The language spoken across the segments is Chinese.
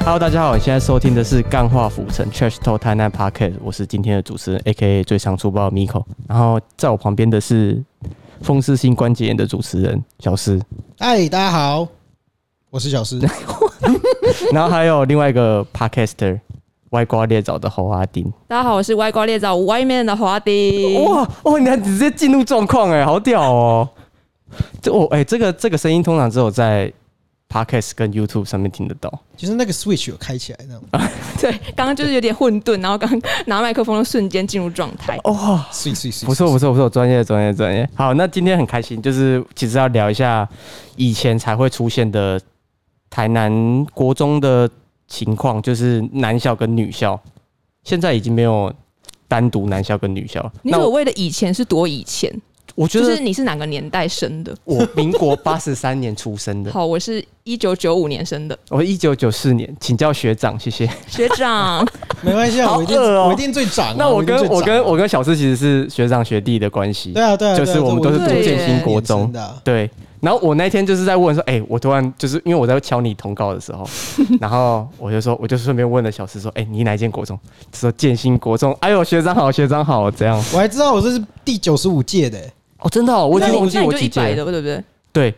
Hello，大家好，你现在收听的是《干话浮城 Trash Talk 台南 Podcast》，我是今天的主持人，A.K.A 最常粗暴的 Miko。然后在我旁边的是风湿性关节炎的主持人小诗，嗨，哎大家好，我是小诗。 然后还有另外一个 Podcaster 歪瓜裂枣的侯阿丁。大家好，我是歪瓜裂枣外面的华丁。哇哦，你还直接进入状况哎，好屌哦！这我哎、这个这个声音通常只有在 Podcast 跟 YouTube 上面听得到。其实那个 Switch 有开起来，那种啊对，刚刚就是有点混沌，然后刚拿麦克风的瞬间进入状态。哇，碎碎碎，不错不错不错，专业专业专业。好，那今天很开心，就是其实要聊一下以前才会出现的台南国中的情况，就是男校跟女校，现在已经没有单独男校跟女校了。你那所我谓的以前是多以前，我觉就是得你是哪个年代生的？我民国八十三年出生的，好，我是一九九五年生的我一九九四年，请教学长，谢谢。学 长，没关系啊，好我一定饿哦我一定最长啊。那我一定跟最长我跟我跟小四其实是学长学弟的关系对，啊对啊，就是对啊我们都是读建新国中的啊。对。然后我那天就是在问说，哎、我突然就是因为我在敲你通告的 时候，然后我就说，我就顺便问了小四说，哎、你哪一间国中？他说建新国中。哎呦，学长好，学长好，这样。我还知道我这是第九十五届的欸，哦，真的、哦，我已那经你忘记那你我就几一百届的了。对不对？对，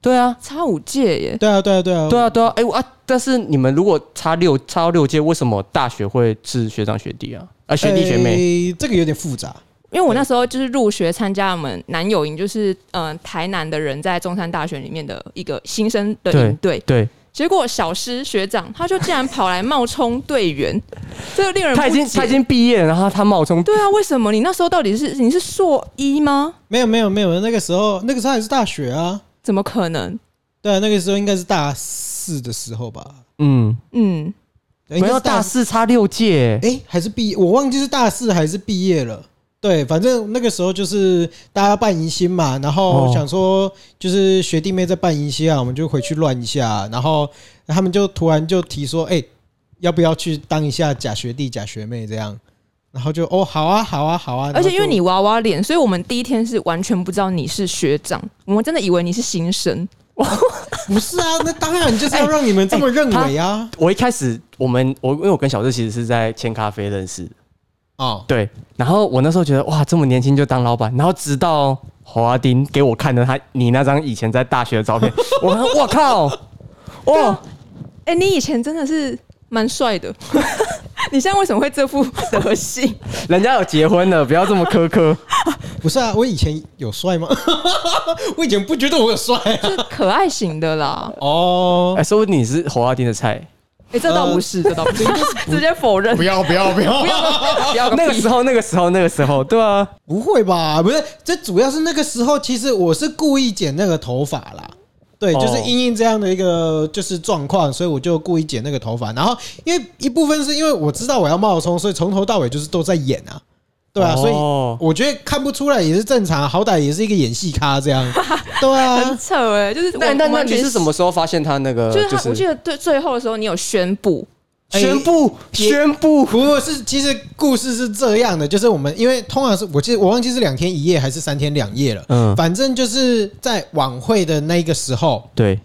对啊，差五届耶，对啊对啊对嗯啊对啊，对啊。哎、我啊，但是你们如果差六差到六届，为什么大学会是学长学弟啊？啊，学弟学哎妹？妹，哎这个有点复杂。因为我那时候就是入学参加我们南友营，就是嗯、呃台南的人在中山大学里面的一个新生的营队，对，结果小师学长他就竟然跑来冒充 队员，这个令人他已经哎不解他已经毕业了，然后他冒充对啊，为什么你那时候到底是你是硕一吗？没有没有没有，那个时候那个时候还是大学啊，怎么可能？对啊，那个时候应该是大四的时候吧，嗯，嗯，没没有大四差六届，哎、还是毕业，我忘记是大四还是毕业了。对，反正那个时候就是大家办迎新嘛，然后哦想说就是学弟妹在办迎新啊，我们就回去乱一下，然后他们就突然就提说，哎、要不要去当一下假学弟、假学妹这样？然后就哦，好啊，好啊，好啊。而且因为你然后娃娃脸，所以我们第一天是完全不知道你是学长，我们真的以为你是新生。就不是啊，那当然就是要让你们这么认为 啊。我一开始我们我因为我跟小志其实是在千咖啡认识的，哦，对。然后我那时候觉得哇，这么年轻就当老板，然后直到侯阿丁给我看的他你那张以前在大学的 照片，我看我靠，哇，哎、你以前真的是蛮帅的， 你现在为什么会这副 德性？人家有结婚了，不要这么苛 刻。不是啊，我以前有帅吗？ 我以前不觉得我有帅、啊、是可爱型的啦。哦哎、。说不定你是侯阿丁的菜。哎、这倒呃不是，这倒不是， 直接否认。要 不要不要不要不要那个时候，那个时候，那个时候，对啊，不会吧？不是，这主要是那个时候，其实我是故意剪那个头发啦。对，哦就是因应这样的一个就是状况，所以我就故意剪那个头发。然后，因为一部分是因为我知道我要冒充，所以从头到尾就是都在演啊，对啊，所以哦我觉得看不出来也是正常，好歹也是一个演戏咖这 样，对很啊，扯哎、就是那我那我那完你全是什么时候发现他那个？就是就他，我记是得最最后的时候，你有宣布，哎宣布也宣布不过是，其实故事是这样的，就是我们因为通常是我记得我忘记是两天一夜还是三天两夜了，嗯反正就是在晚会的那个时候，对，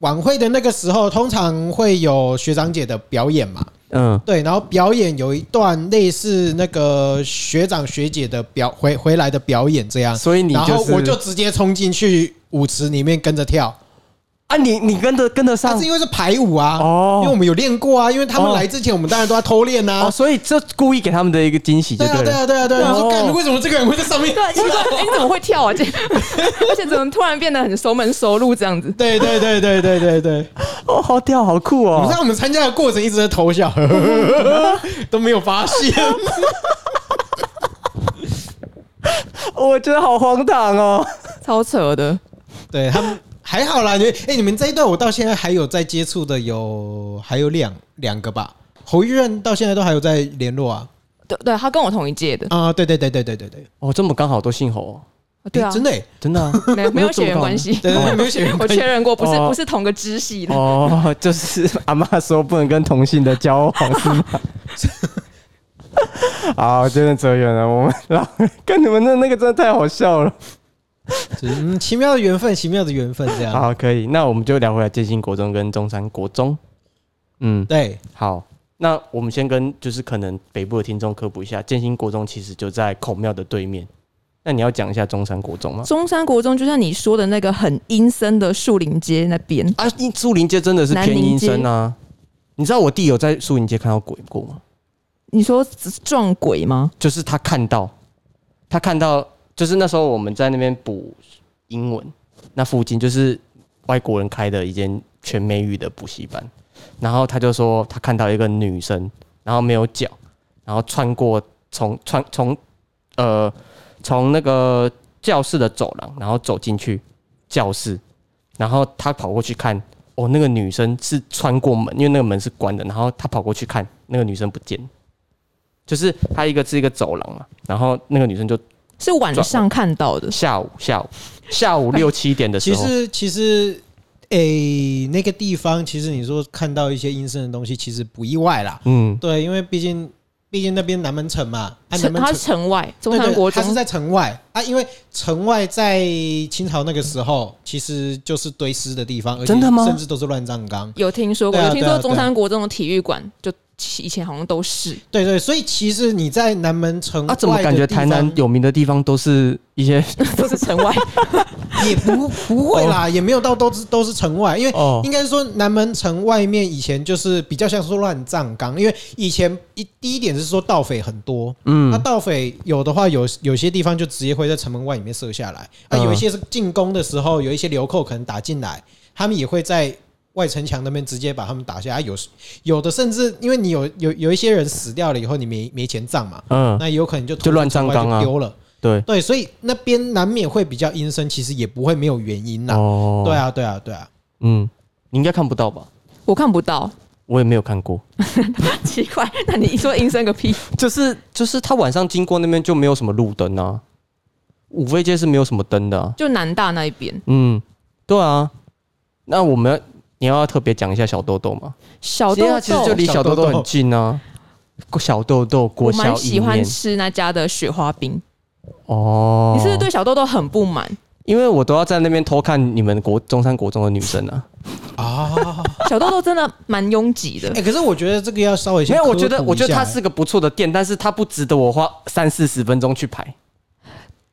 晚会的那个时候，通常会有学长姐的表演嘛，嗯，对，然后表演有一段类似那个学长学姐的表回回来的表演这样，所以你然就后是我就直接冲进去舞池里面跟着跳，啊，你你跟得跟得上但是因为是排舞啊，哦因为我们有练过啊，因为他们哦来之前我们当然都在偷练呐、哦，所以这故意给他们的一个惊喜就对啊，对对了。啊，对啊，对啊！我哦说，干，为什么这个人会在上面？对，奇怪， 哎，你怎么会跳啊？这 而且怎么突然变得很熟门熟路这样子？对对对对对对对，哦，好屌，好酷我们哦！在我们参加的过程一直在偷笑， 都没有发现。我觉得好荒唐哦。超扯的，对他们还好啦，你哎、你们这一段我到现在还有在接触的有还有两两个吧，侯玉任到现在都还有在联络啊对对，他跟我同一届的，啊，对对对对对对对，哦，这么刚好都姓侯哦，对诶啊，真的、欸，真的啊 没有 没有血缘关系，对对对，没有写原 我确认过，不是哦不是同个支系的。哦，就是 阿妈说不能跟同性的交往是吗？ 好，真的扯远了。我们 老跟你们的那个真的太好笑了。嗯，奇妙的缘分，奇妙的缘分这样。好，可以，那我们就聊回来建新国中跟中山国中。嗯，对，好，那我们先跟就是可能北部的听众科普一下，建兴国中其实就在孔庙的对面。那你要讲一下中山国中哦吗？中山国中就像你说的那个很阴森的树林街那边，啊，因树林街真的是南偏宁阴街森啊！你知道我弟有在树林街看到鬼过吗？你说撞鬼吗？就是他看到，他看到，就是那时候我们在那边补英文，那附近就是外国人开的一间全美语的补习班，然后他就说他看到一个女生，然后没有脚，然后穿过从穿从呃从那个教室的走廊，然后走进去教室，然后他跑过去看。哦，那个女生是穿过门，因为那个门是关的，然后他跑过去看，那个女生不见了。就是它一个是一个走廊嘛，然后那个女生就是晚上看到的，下午下午下午六七点的时其候，实其实诶、那个地方其实你说看到一些阴森的东西，其实不意外啦。嗯，对，因为毕竟毕竟那边南门城嘛，啊，南城门它城是城外中对山对，国它是中，在城外啊，因为城外在清朝那个时候其实就是堆尸的地方，而且真的吗甚至都是乱葬岗。有听说过，对啊有听对啊对说啊中山国中的体育馆就以前好像都是， 对对，所以其实你在南门城啊，怎么外的感觉地台方南有名的地方都是一 些都是城外，也不不会啦，也没有到都是都是城外，因为哦应该说南门城外面以前就是比较像是乱葬岗，因为以前一第一点是说盗匪很多，嗯，那盗匪有的话有有些地方就直接会在城门外里面射下来，啊，嗯有一些是进攻的时候，有一些流寇可能打进来，他们也会在。外城墙那边直接把他们打下来，啊有有的甚至因为你有有有一些人死掉了以后，你没没钱葬嘛，嗯，那有可能就就乱葬岗啊就丢了。对对，所以那边难免会比较阴森，其实也不会没有原因啦。哦，对，啊，对啊，对啊，嗯，你应该看不到吧？ 我看不到，我也没有看过，奇怪，那你说阴森个屁？就是就是他晚上经过那边就没有什么路灯啊，五妃街是没有什么灯的、啊，就南大那一边，嗯，对啊，那我们要你要特别讲一下小豆豆吗？小因豆为它其实就豆，离哦小豆豆很近啊，小豆豆我国蛮小喜一欢面吃那家的雪花冰。哦，你是不是对小豆豆很不 满？因为我都要在那边偷看你们国中山国中的女生啊，啊，小豆豆真的蛮拥挤的哎、，可是我觉得这个要稍微先没有，科我普觉得我觉得一下欸它是个不错的店，但是它不值得我花三四十分钟去排。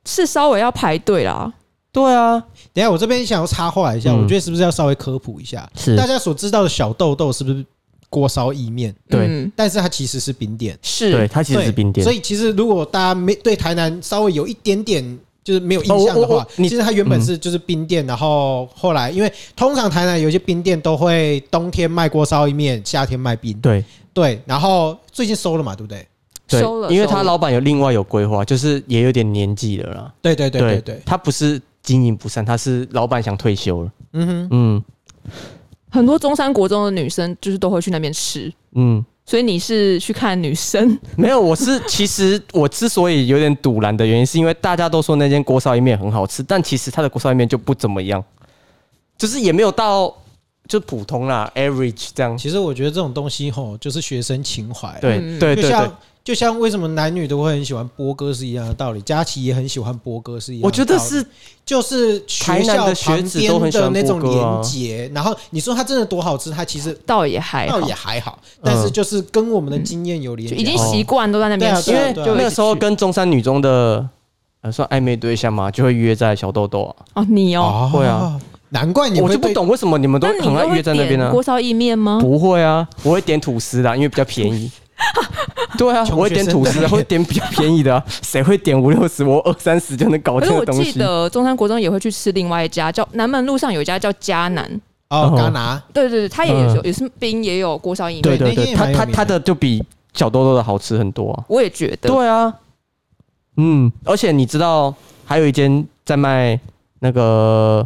是稍微要排队啦。对啊，等一下我这边想要插话一下，嗯我觉得是不是要稍微科普一下？是大家所知道的小豆豆是不是锅烧意面？对嗯、但是它其实是冰店，是对，它其实对是冰店所，以其实如果大家没对台南稍微有一点点。就是没有印哦我象的我话，我你其实它原本是就是冰店，然后后来因为通常台南有一些冰店都会冬天卖锅烧意面，夏天卖冰，对对，然后最近收了嘛，对不对？对收了，因为收他了老板有另外有规划，就是也有点年纪了啦。对对对对对，他不是经营不善，他是老板想退休了。嗯哼，嗯很多中山国中的女生就是都会去那边吃，嗯，所以你是去看女生，没有，我是其实我之所以有点堵拦的原因，是因为大家都说那间锅烧意面很好吃，但其实它的锅烧意面就不怎么样，就是也没有到就普通啦，average 这样。其实我觉得这种东西吼，就是学生情怀啊，对嗯对就对对，像就像为什么男女都会很喜欢播歌是一样的道理，佳琪也很喜欢播歌是一样的道理。我觉得是嗯就是学台南校的学旁子都很边喜欢那种播歌啊连结，然后你说它真的多好吃，它其实倒也还好倒，也还好，但是就是跟我们的经验有连就结，已经习惯都在那边哦吃，因对啊为对啊就那一个直时候去跟中山女中的呃算暧昧对象嘛，就会约在小豆豆啊，哦你哦，哦会啊，难怪你我会就不对懂为什么你们都那你很爱都约会在那边啊点呢？锅烧意面吗？不会啊，我会点吐司啦，啊因为比较便宜。对 啊，穷我会点吐学司，生我会点比较便宜的、啊，谁会点五六十，我二三十就能搞可定是的我东记西。得中山国中也会去吃另外一家，叫南门路上有一家叫迦南，哦哦，戛拿对对对，它也嗯有、也是冰，也有锅烧意面，对对那间对，也它蛮有它名的它的就比小豆豆的好吃很多啊。我也觉得，对啊，嗯，而且你知道还有一间在卖那个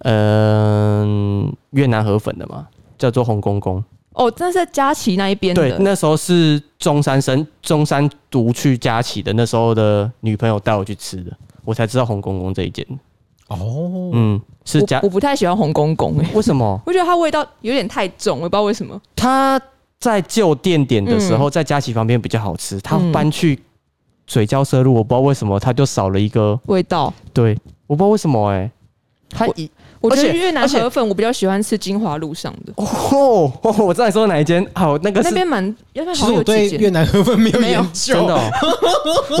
嗯、越南河粉的嘛，叫做红公公。哦，真的是在佳琪那一边对的，，那时候是中山生中山独去佳琪的，那时候的女朋友带我去吃的，我才知道红公公这一间。哦，嗯，是我佳我不太喜欢红公公、欸，为什么？我觉得它味道有点太重，我也不知道为什么。他在旧店点的时候，在佳琪旁边比较好吃，他嗯搬去水交社路，我不知道为什么他就少了一个，味道对，我不知道为什么哎、它一我觉而得且越南而且河粉我比较喜欢吃金华路上的，哦哦，我知道你说哪一间，好，那个那是边蛮，那边其实好像我有对几越间。南河粉没有没有研究，真的、哦，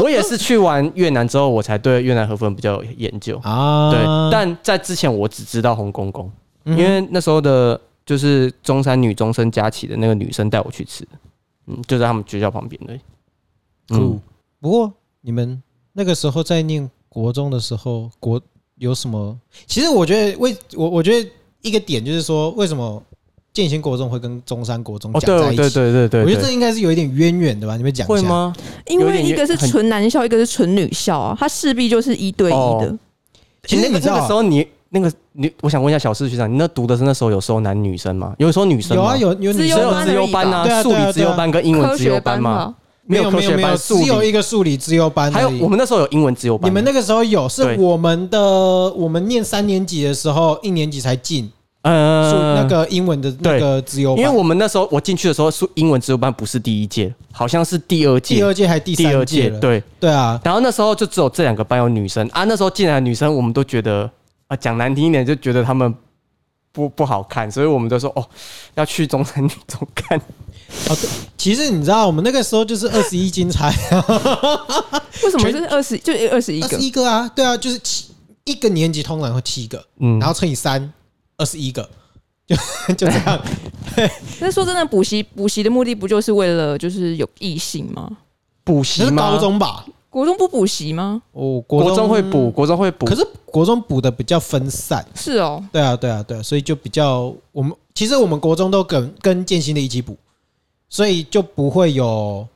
我也是去完越南之后，我才对越南河粉比较有研究。啊。对，但在之前我只知道红公公，嗯因为那时候的就是中山女中生佳琪的那个女生带我去吃的，嗯，就在他们学校旁边的。酷嗯，不过你们那个时候在念国中的时候，国有什么？其实我觉得为我我觉得一个点就是说，为什么建行国中会跟中山国中哦，讲对在一对起？对对对，我觉得这应该是有一点渊源的吧？你们讲一会下？吗？因有为点一个是很纯男校，一个是纯女校啊，它势必就是一对一的哦。其实那你个知那个时道，啊候你那个你，我想问一下小四学长，你那读的是那时候有收男女生吗？有收女生有吗？啊，有有只只女生有有啊班自由班而已吧数对啊对啊理自由班跟英文科自由学班吗？嘛，没有科没有学没有，班，数只有理一个数理自由班而已，还有我们那时候有英文自由班，你们那个时候有，是对我们的我们念三年级的时候，一年级才进，呃是那个英文的那对个自由因班，为我们那时候我进去的时候，数英文自由班不是第一届，好像是第二届，第二届还第第三二届届了，对。对啊，然后那时候就只有这两个班有女生啊，那时候进来的女生我们都觉得啊，讲难听一点就觉得她们不不好看，所以我们都说哦，要去中山女中看。其实你知道，我们那个时 候就是二十一金钗，为什么全是二十就二十一二个十？一个啊，对啊，就是七一个年级通常会七个，嗯然后乘以三，二十一个，就 就这 样。那说真的，补习补习的目的不就是为了就是有异性吗？补那习是吗？高中吧？国中不补习吗？哦，国中会补，，国中会补可。是国中补的比较分散。是哦，对啊，对啊，对啊，所以就比较我们其实我们国中都跟跟建新的一起补，所以就不会有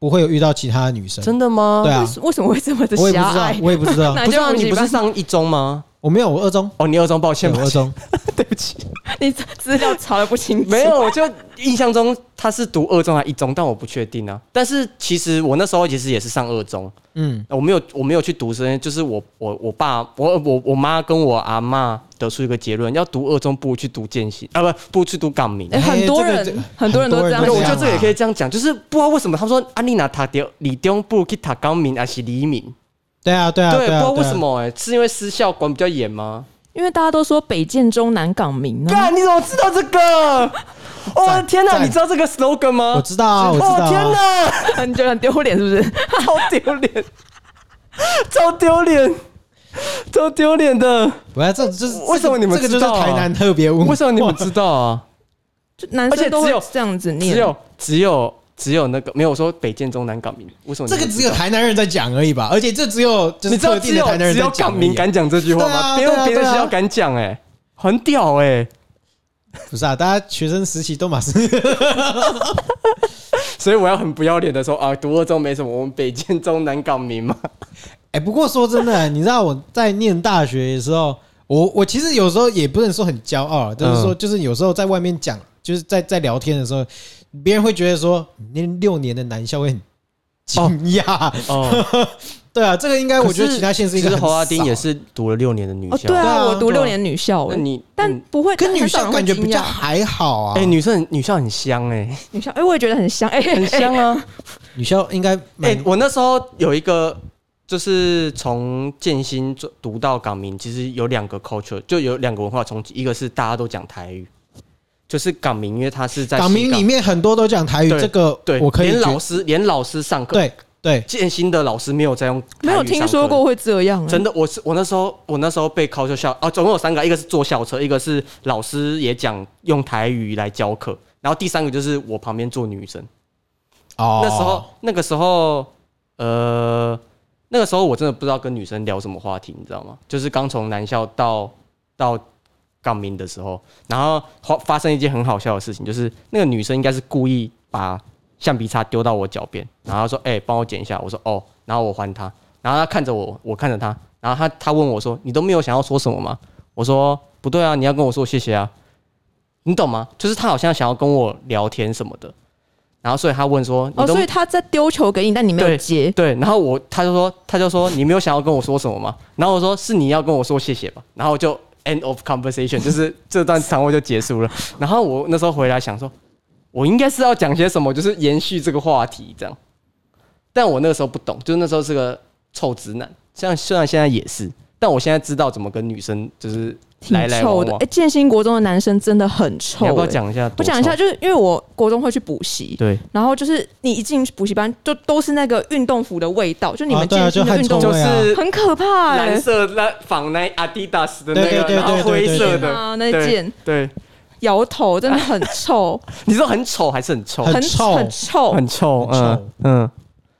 不会有遇到其他的女生。真的吗？对啊为什为什么会这么的我也不狭知道隘，？ 我也不知 道，哪不间是啊，补你习不是班？上一中吗？我没有，我二中，哦，你二中，抱对歉，我抱二歉，中，对不起，你资料查的不清楚。没有，我就印象中他是读二中还一中，但我不确定啊。但是其实我那时候其实也是上二中，嗯，我没有我没有去读是因为就是我我我爸我我我妈跟我阿妈得出一个结论，要读二中不如去读建行啊，不不如去读港民。哎很多人哎这个这很多人都这样对，我觉这样啊得这个也可以这样讲，啊就是不知道为什么他们说安妮娜塔丢李中不如去塔港民还是李敏，对啊，对啊，对，不啊知道为对啊什么哎、是因为私校管比较严吗？因为大家都说北建中南港民呢、干，你怎么知道这个？我的天哪，嗯赞你知道这个 slogan 吗？我知道啊，我知道哦天啊，哪， 你觉得很丢脸是不是？好丢脸，超丢脸，超丢脸的。不要这就是为什么你们这个这个知就道是啊台南特别文化？为什么你们知道啊？ 就男而且生都只会有这样子念，哦只有只有只有那个没有我说北建中南港民，为什么你这们个只知有道台南人在讲而已吧？而且这只有就你是知道特定只的有台南人只在有讲港而已民啊，敢讲这句话吗？对没有啊对啊别的对啊学校敢讲哎，很屌哎，不是啊？大家学生时期都嘛是 所以我要很不要脸的说啊，读二中没什么，我们北建中南港民嘛。哎、不过说真的，你知道我在念大学的时候，我我其实有时候也不能说很骄傲，啊就是嗯说，就是有时候在外面讲，就是在在聊天的时候，别人会觉得说你念六年的男校会很惊讶。 哦，对啊，这个应该我觉得其他县市其应该实很侯阿丁少啊也是读了六年的女哦，校对，对啊啊，我对读啊六年女校、那欸，你嗯但不会跟女很少人校会感觉比惊较讶还好啊。哎女生女校很香 哎，女校，哎、我也觉得很香，哎、很香啊。女校应该哎、蛮我那时候有一个，就是从建新做读到港民，其实有两个 culture，就有两个文化冲击，一个是大家都讲台语，就是港民，因为他是在港民西里，面很多都讲台语，对这个对，我可以连觉老师连老师上课，对对，建新的老师没有在用，哎没有听说过。会这样、欸，真的，我是我那时候我那时候被 culture 校啊，总共有三个，一个是坐校车，一个是老师也讲用台语来教课，然后第三个就是我旁边坐女生。哦，那时候那个时候，呃，那个时候我真的不知道跟女生聊什么话题，你知道吗？就是刚从南校到到港民的时候，然后发发生一件很好笑的事情，就是那个女生应该是故意把橡皮擦丢到我脚边，然后她说：“哎、帮我捡一下。”我说：“哦。”然后我还她，然后她看着我，我看着她，然后她她问我说：“你都没有想要说什么吗？”我说：“不对啊，你要跟我说谢谢啊。”你懂吗？就是她好像想要跟我聊天什么的，然后所以她问说：“你哦，都所以他在丢球给你，但你没有对接，对，然后我他就说他就说你没有想要跟我说什么吗？然后我说是你要跟我说谢谢吧，然后我就 end of conversation，就是这段谈话就结束了。然后我那时候回来想说，我应该是要讲些什么，就是延续这个话题这样。但我那个时候不懂，就是那时候是个臭直男，像虽然现在也是，但我现在知道怎么跟女生就是挺来来往臭的。往哎、。建新国中的男生真的很臭、你要不要哎讲一下？我讲一下，，就是因为我国中会去补习，对，然后就是你一进补习班，就都是那个运动服的味道，就你啊们对啊进去就的汗运动臭服就对啊是很可怕、哎蓝色那仿那 Adidas 的那对对个，对然后对对灰色对的，啊，那件对，摇头真的很臭，你说很丑还是很臭？很臭很臭，很臭，嗯很臭嗯，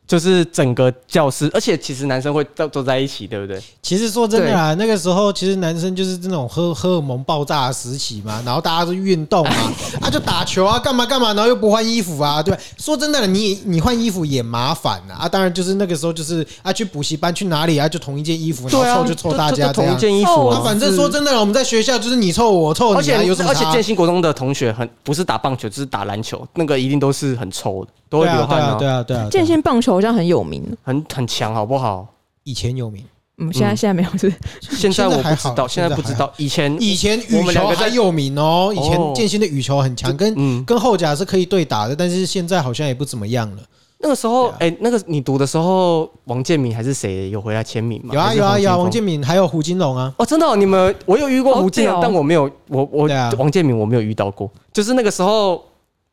就是整个教室，而且其实男生会都都在一起，对不对？其实说真的啦，那个时候其实男生就是那种荷荷尔蒙爆炸的时期嘛，然后大家都运动 嘛，啊就打球啊，干嘛干嘛，然后又不换衣服啊，对吧。说真的啦，你你换衣服也麻烦啊，啊，当然就是那个时候就是啊，去补习班去哪里啊，就同一件衣服，然对啊后凑就凑大家这同样一。件衣服啊啊，啊，反正说真的啦，我们在学校就是你凑我凑而你且啊，有什么而且差建？新国中的同学很不是打棒球就是打篮球，那个一定都是很臭的，都会对啊流对汗啊对啊对啊，对剑啊仙棒球好像很有名，很很强，好不好？以前有名，嗯，现在嗯现在没有，是不是现在我不知道，现现在还好在不知道，以前以前我羽们两球个在还有名哦，以哦前建新的羽球很强，跟嗯，跟后甲是可以对打的，但是现在好像也不怎么样了。那个时候，对啊哎、那个你读的时候，王建民还是谁有回来签名吗？有啊还是有啊有啊，洪王建建民还有胡金龙啊，哦，真的、哦，你们我有遇过好胡建屌龙，哦但我没有，我我、对啊王建民我没有遇到过。就是那个时候，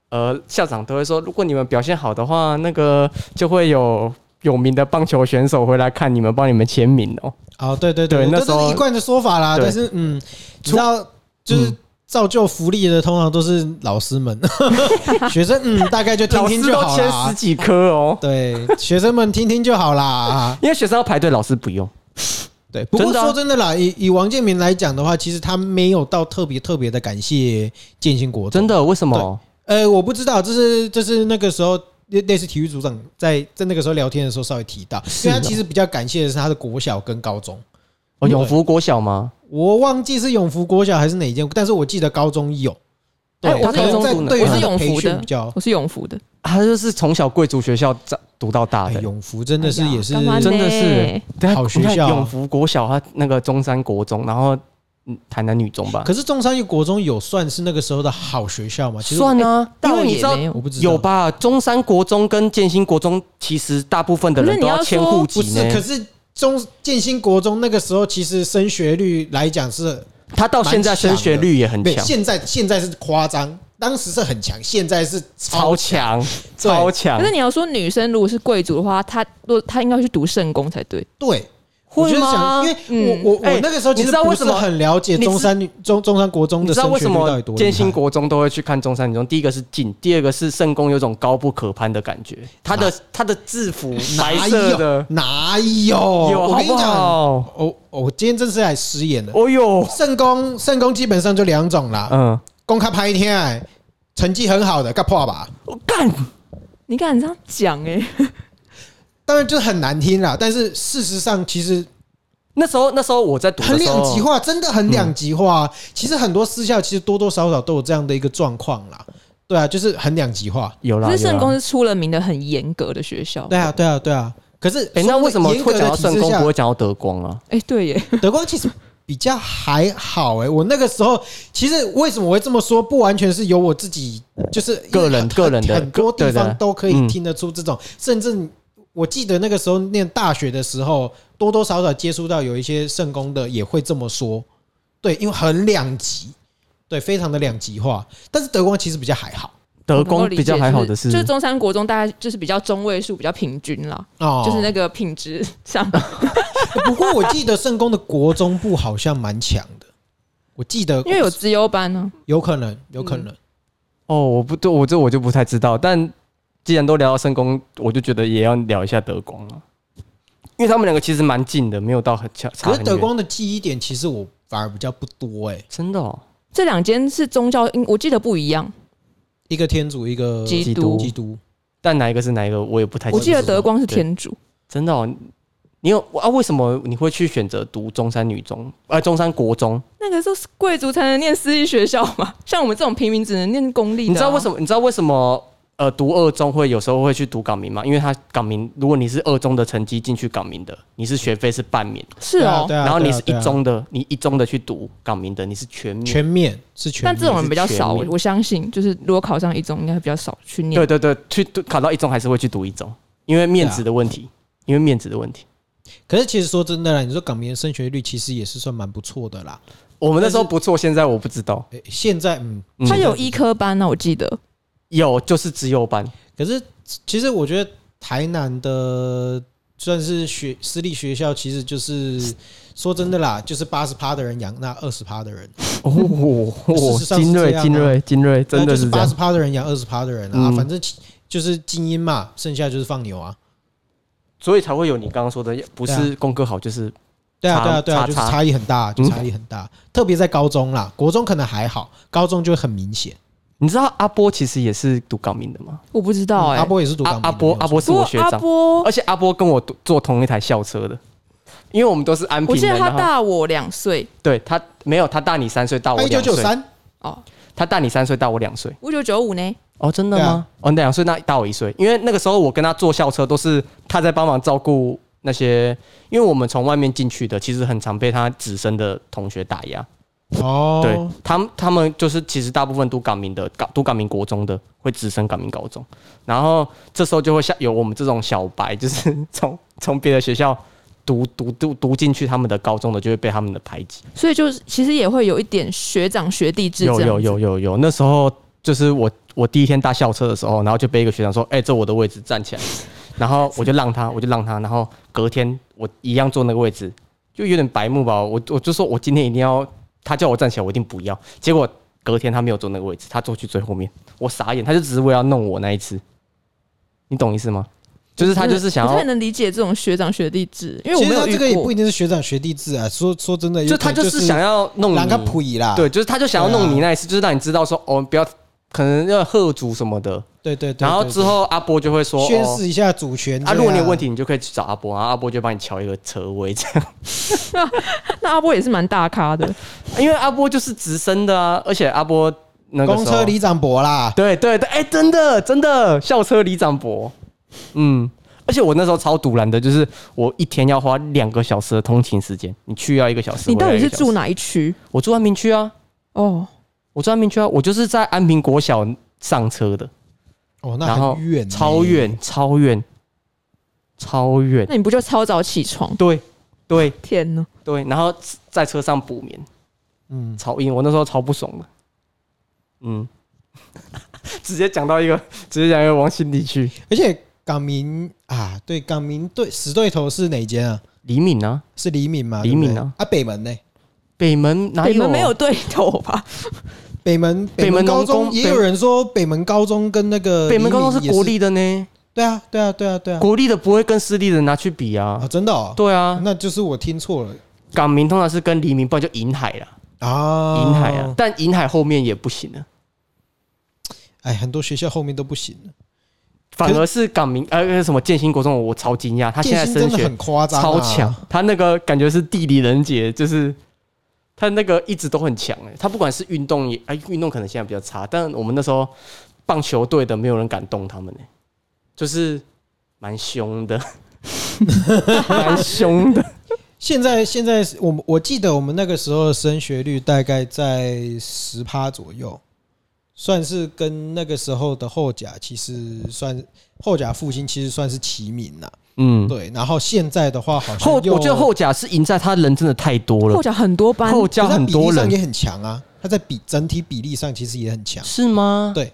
呃，校长都会说，如果你们表现好的话，那个就会有有名的棒球选手回来看你们，帮你们签名哦。哦对对对这那都时候是一贯的说法啦。对但是嗯，你知道就是嗯造就福利的，通常都是老 师们，学生嗯大概就听老听师就都好签十啦。几颗哦，对，学生们听听就好啦。因为学生要排队，老师不用。对，不过真的啊说真的啦，以以王建民来讲的话，其实他没有到特别特别的感谢建新国中真。的？为什么？呃，我不知道，这是这是那个时候类类似体育组长在在那个时候聊天的时候稍微提到，是因为他哦其实比较感谢的是他的国小跟高中，哦，对永福国小吗？我忘记是永福国小还是哪一间，但是我记得高中有。对，哎我他是可能永在福的啊对于我是他的永培福训的比哦较， 我是永福的，他就是从小贵族学校长读到大哎的、永福真的是哎呀也是干嘛呢真的是对啊好学你看校啊永福国小，他那个中山国中，然后嗯台南女中吧，可是中山一国中有算是那个时候的好学校吗？其实我算啊，因为你知道倒也没有我不知道有？吧？中山国中跟建新国中，其实大部分的可人是都你要迁说户不籍是，可呢。是中建新国中那个时候其实升学率来讲是他到现在升学率也很对，强，现在现在是夸张，当时是很强，现在是超超强，对超强可是。你要说女生如果是贵族的话，她如果她应该去读圣公才对，对。会我就是吗想，因为嗯我我我哎那个时候其你实知道不为什是么很了解你知中山女中中山国中你的知道升为学什率到么底多厉害建新国中都会去看中山女中？第一个是近，第二个是圣公，有种高不可攀的感觉。他的他的制服白哪色有的，哪有？有我好跟你不讲，好？我我今天真是来食言的。哦哟，圣公圣公基本上就两种啦，嗯，公开拍天哎，成绩很好的干破吧，我干，你敢这样讲哎、当然就是很难听啦。但是事实上，其实那时候那时候我在读很的时两候，极化，真的很两极嗯化、其实很多私校其实多多少少都有这样的一个状况啦。对啊，就是很两极化。有啦，可是圣有公啦是出了名的很严格的学校，对啊，对啊，对啊。可是，哎、哦那为什么严会格讲到的体圣制公，下不会讲到德光啊？哎、对耶，德光其实比较还好哎、我那个时候其实为什么我会这么说，不完全是由我自己，就是因为个人很个人的很多地对对方对都可以嗯听得出这种，甚至我记得那个时候念大学的时候，多多少少接触到有一些圣公的也会这么说，对，因为很两极，对，非常的两极化。但是德光其实比较还好德光比较还好的是，是，就是中山国中大概就是比较中位数，比较平均啦，哦，就是那个品质上，不过我记得圣公的国中部好像蛮强的，我记得因为有资优班啊呢、有可能有可能。哦，我不对，我这我就不太知道。但既然都聊到圣公，我就觉得也要聊一下德光了，因为他们两个其实蛮近的，没有到很差差可很是远。德光的记忆点其实我反而比较不多哎、真的、哦，这两间是宗教，应我记得不一样。一个天主，一个基呃基督督基督，但哪一个是哪一个，我也不太我记记得。得德光是天主，真的、哦，你有啊？为什么你会去选择读中山女中？呃，中山国中？那个就是贵族才能念私立学校嘛， 像我们这种平民只能念公立的啊、你知道为么？什么？你知道为什么？呃，读二中会有时候会去读港民吗？因为他港民，如果你是二中的成绩进去港民的，你是学费是半免。是对哦啊，对啊，然后你对啊是对一啊中的，你一中的去读港民的，你是全民。全面是全啊面，但这种人比较少，全我民我相信，就是如果考上一中，应该比较少去念啊对。对对，去读考到一中还是会去读一中，因为面子的问题，因为面子的问题。可是其实说真的啦，你说港民的升学率其实也是算蛮不错的啦。我们那时候不错，现在我不知道。诶现在嗯，嗯他有医科班啊呢、我记得。有就是只有 班，可是其实我觉得台南的算是学私立学校，其实就是说真的啦，就是八十趴的人养那二十趴的人， 哦，哦事实上是精这锐样啊精锐精锐，真那的就是这八样十。趴的人养二十趴的人啊，嗯反正其就是精英嘛，剩下就是放牛啊。所以才会有你刚刚说的，不对啊是功课好就是对啊，差对啊，对啊，差就是差差异很大，就嗯差异很大，特别在高中啦，国中可能还好，高中就很明显。你知道阿波其实也是读港民的吗？我不知道嗯哎、阿波也是读港哦嗯阿民的阿波没有阿波是不我过学阿长，哦波，而且阿波跟我读坐同一台校车的，因为我们都是安我平记人。得他然后大我两岁对他没有，他大你三岁，大我他一九两九岁。三，哦，他大你三岁，大我两岁。一九九五呢。哦，真的对啊吗？哦，那两岁那大我一岁，因为那个时候我跟他坐校车，都是他在帮忙照顾那些，因为我们从外面进去的，其实很常被他直升的同学打压。哦，对他们，他们就是其实大部分读港民的，港读港民国中的会直升港民高中，然后这时候就会像有我们这种小白，就是从从别的学校读读读读进去他们的高中的，就会被他们的排挤。所以就是其实也会有一点学长学弟制这样有子。有有有有，那时候就是我我第一天搭校车的时候，然后就被一个学长说：“哎、这我的位置，站起来。”然后我就让他，我就让他，然后隔天我一样坐那个位置，就有点白目吧。我我就说我今天一定要，他叫我站起来，我一定不要。结果隔天他没有坐那个位置，他坐去最后面，我傻眼，他就只是为了要弄我那一次，你懂意思吗？就是他就是想我不要太，能理解这种学长学弟制，因为我其没实他有遇这个也过不一定是学长学弟制啊，说说真的，有就可他能就是是想要弄让你他溥仪啦，对，就是他就想要对啊弄你那一次，就是让你知道说哦，不要可能要贺主什么的。对对对，然后对之后阿波就会说，宣哦示一下主权啊，如果你有问题，题，你就可以去找阿波，然后阿波就帮你瞧一个车位 这样。那阿波也是蛮大咖的，因为阿波就是直升的啊，而且阿波那个公时候车里长伯啦，对对对，哎、真的真的，校车里长伯，嗯，而且我那时候超堵然的，就是我一天要花两个小时的通勤时间，你去要一个小时，你到回来一底是个小时住？哪一区？我住安平区啊，哦，我住安平区啊，我就是在安平国小上车的，哦，那然后很远，超，远超远超远，那你不就超早起床？对对。天呐，对，然后在车上补眠，嗯，超硬，我那时候超不爽的，嗯， 直接讲到一个，直接讲一个往心里去，而且港民啊，对，港民对死对头是哪间啊？李敏啊，是李敏吗？李敏啊对不对啊，北门呢？北门哪有？啊你们没有啊对头吧？北门北门门农高中工也有人说北门高中跟那个北门高中李敏是也国，立的呢，对啊，对啊，对啊，对啊，国立的不会跟私立的拿去比啊啊，。真的哦，对啊，那就是我听错了港民通常是跟黎明，不然就银海啦，啊，银海啊，，但银海后面也不行了，哎，很多学校后面都不行了，反而是港民呃什么建兴国中，我超惊讶，他现在建新真升的学很夸张啊，超强，他那个感觉是地理人杰，就是他那个一直都很强哎、他不管是运动也哎，运动可能现在比较差，但我们那时候棒球队的没有人敢动他们哎、就是蛮凶 的，蛮凶的，现在现在是我们我记得我们那个时候的升学率大概在十趴左右，算是跟那个时候的后甲其实算后甲复兴其实算是齐名了。嗯。对，啊然后现在的话好像后又我觉得后甲是赢在他人真的太多了 后，脚很多班，后可甲是它很比例多上人也很强啊，它在比整体比例上其实也很强，是吗？对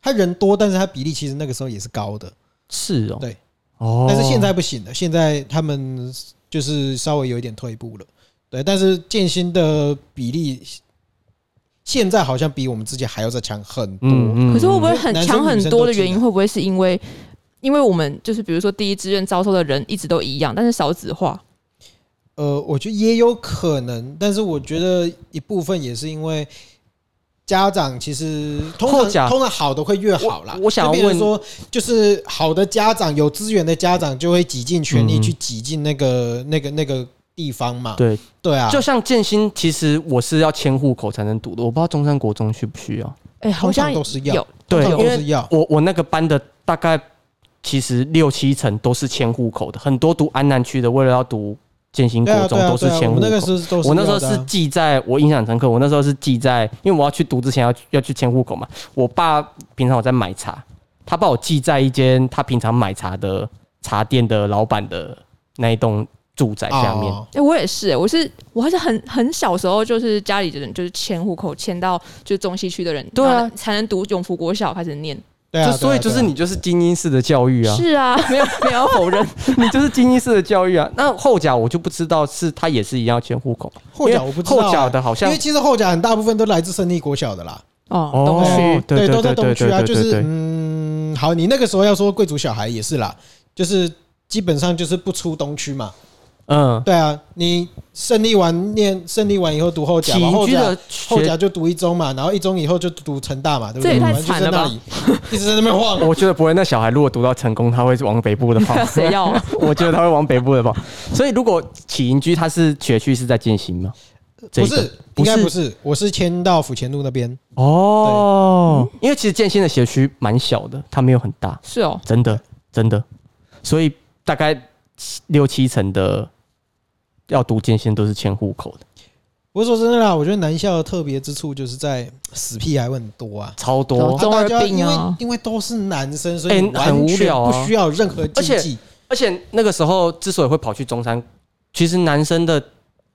它人多，但是它比例其实那个时候也是高的，是哦，对，哦，但是现在不行了，现在他们就是稍微有一点退步了，对，但是建新的比例现在好像比我们之前还要再强很多，嗯可是会不会很男生强很多女生都的原进因，来会不会是因为因为我们就是比如说第一志愿招收的人一直都一样，但是少子化？呃，我觉得也有可能，但是我觉得一部分也是因为家长其实通后常甲通常好的会越好啦。我我想要就变问成说，就是好的家长有资源的家长就会挤尽全力嗯去挤进那个、那个那个地方嘛。对，对啊，就像建新，其实我是要迁户口才能读的，我不知道中山国中需不需要。哎、好通常像都是要有对，通常因都为是要我我那个班的大概其实六七成都是迁户口的，很多读安南区的为了要读建兴对国啊中对啊都是对啊迁我户们那个口。是都是我那时候要的啊是记在，我印象很深刻。我那时候是记在，因为我要去读之前要要去迁户口嘛。我爸平常我在买茶，他把我记在一间他平常买茶的茶店的老板的那一栋住宅下面。哦哎、我也是、我是我还是很很小时候，就是家里的人就是迁户口迁到就是中西区的人，对啊然后才能读永福国小开始念。对啊，就所以就是你就是精英式的教育啊， 是啊，没有没有要否认，你就是精英式的教育啊。那后甲我就不知道是他也是一样要迁户口，后脚我不知道哎因为后脚欸的好像因为其实后脚很大部分都来自胜利国小的啦，哦，哦东区对对都在对东区啊，对就对是对对嗯，好，你那个时候要说贵族小孩也是啦，就是基本上就是不出东区嘛，嗯，对啊，你胜利完念胜利完以后读后甲嘛，起后居甲的后甲学，就读一中嘛，然后一中以后就读成大嘛，对不这对？也反太正就是惨在了吧那里一直在那边晃，我觉得不会。那小孩如果读到成功，他会往北部的跑。 谁要啊？我觉得他会往北部的跑。所以如果起营居它是学区是在进行吗？这不一是个，应该不是不是，我是迁到府前路那边，哦，因为其实建新的学区蛮小的，它没有很大，是哦，真的真的，所以大概七六七成的要读建新都是迁户口的，不过说真的啦，我觉得南校的特别之处就是在死屁孩会很多啊。超然多后。中大二家病啊因为因为都是男生，所以哦哎完很无全聊啊不需要任何禁而忌。而且那个时候之所以会跑去中山，其实男生的，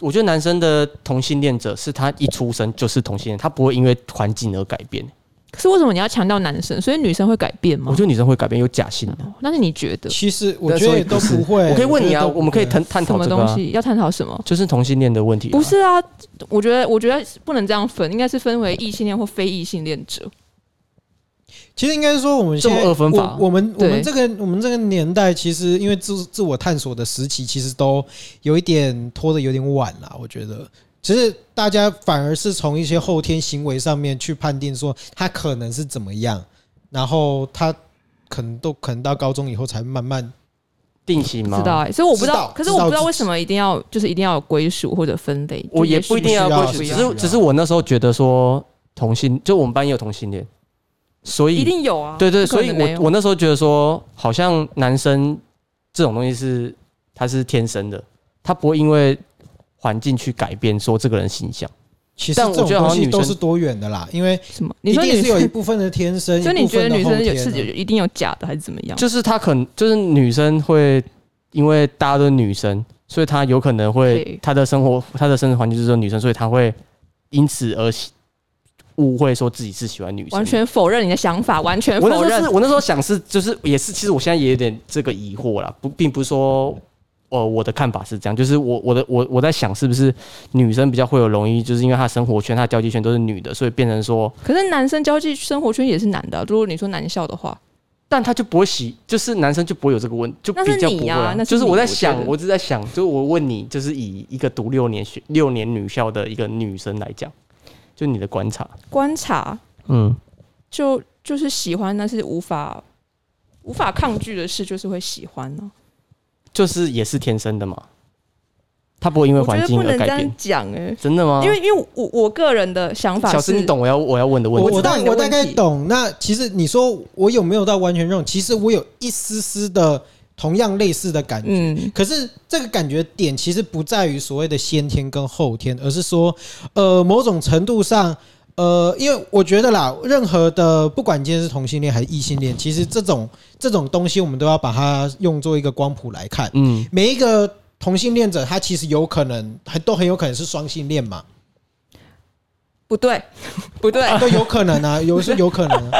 我觉得男生的同性恋者是他一出生就是同性恋，他不会因为环境而改变。可是为什么你要强调男生？所以女生会改变吗？我觉得女生会改变，有假性的。哦那是你嗯觉得其实我但觉得所以也都不是不会。我可以问你觉得啊，都不会我们可以探探什讨么这个东啊、西？要探讨什么？就是同性恋的问题、不，是啊，我觉得我觉得不能这样分，应该是分为异性恋或非异性恋者。其实应该说我们现在这么二分法我我们我对们这个我们这个年代，其实因为自自我探索的时期，其实都有一点拖的有点晚了。我觉得，其实大家反而是从一些后天行为上面去判定说他可能是怎么样，然后他可能都可能到高中以后才慢慢定型不吗？知道哎、所以我不知道，知道可是我不知知道道为什么一定要就是一定要有归属或者分类，我也不一定要就也过去，许不需只要是只是我那时候觉得说同性，就我们班也有同性恋，所一以定有啊，对对，不可所能以没有我我那时候觉得说，好像男生这种东西是他是天生的，他不会因为环境去改变说这个人形象。其实但这我觉得种好东像西女都生是多元的啦，因为什么？一你说定女是有一 生，部分的天生，所以一你部觉分得的女后生有天是啊有一定有假的还是怎么样？就是他可能就是女生会，因为大家都是女生，所以她有可能会对她的生活，她的生活环境就是说女生，所以她会因此而喜误会说自己是喜欢女生。完，全否认你的想法，完全我那否时候认是，我那时候想是就是也是，其实我现在也有点这个疑惑啦，不，并不是说。呃，我的看法是这样，就是我我的我我在想，是不是女生比较会有容易，就是因为她生活圈、她交际圈都是女的，所以变成说，可是男生交际生活圈也是男的啊、如果你说男校的话，但他就不会喜，就是男生就不会有这个问，就比较不会、那是你啊那是就你是我在我想觉，得我只在想，就是我问你，就是以一个读六年学六年女校的一个女生来讲，就你的观察，观察嗯，就就是喜欢，那是无法无法抗拒的事，就是会喜欢啊呢、就是也是天生的嘛，她不会因为我觉环得境不而能这改样变，啊讲哎、真的吗？因为因为我我个人的想法小是诗，你懂我要我要问的问我题我吗，知道大你的我大问概题懂。那其实你说我有没有到完全认同？其实我有一丝丝的同样类似的感觉。嗯，可是这个感觉点其实不在于所谓的先天跟后天，而是说，呃，某种程度上，呃，因为我觉得啦，任何的不管今天是同性恋还是异性恋，其实这种这种东西，我们都要把它用作一个光谱来看。嗯，每一个同性恋者，他其实有可能，还都很有可能是双性恋嘛。不对， 不对，都有可能啊，有是有可能、啊。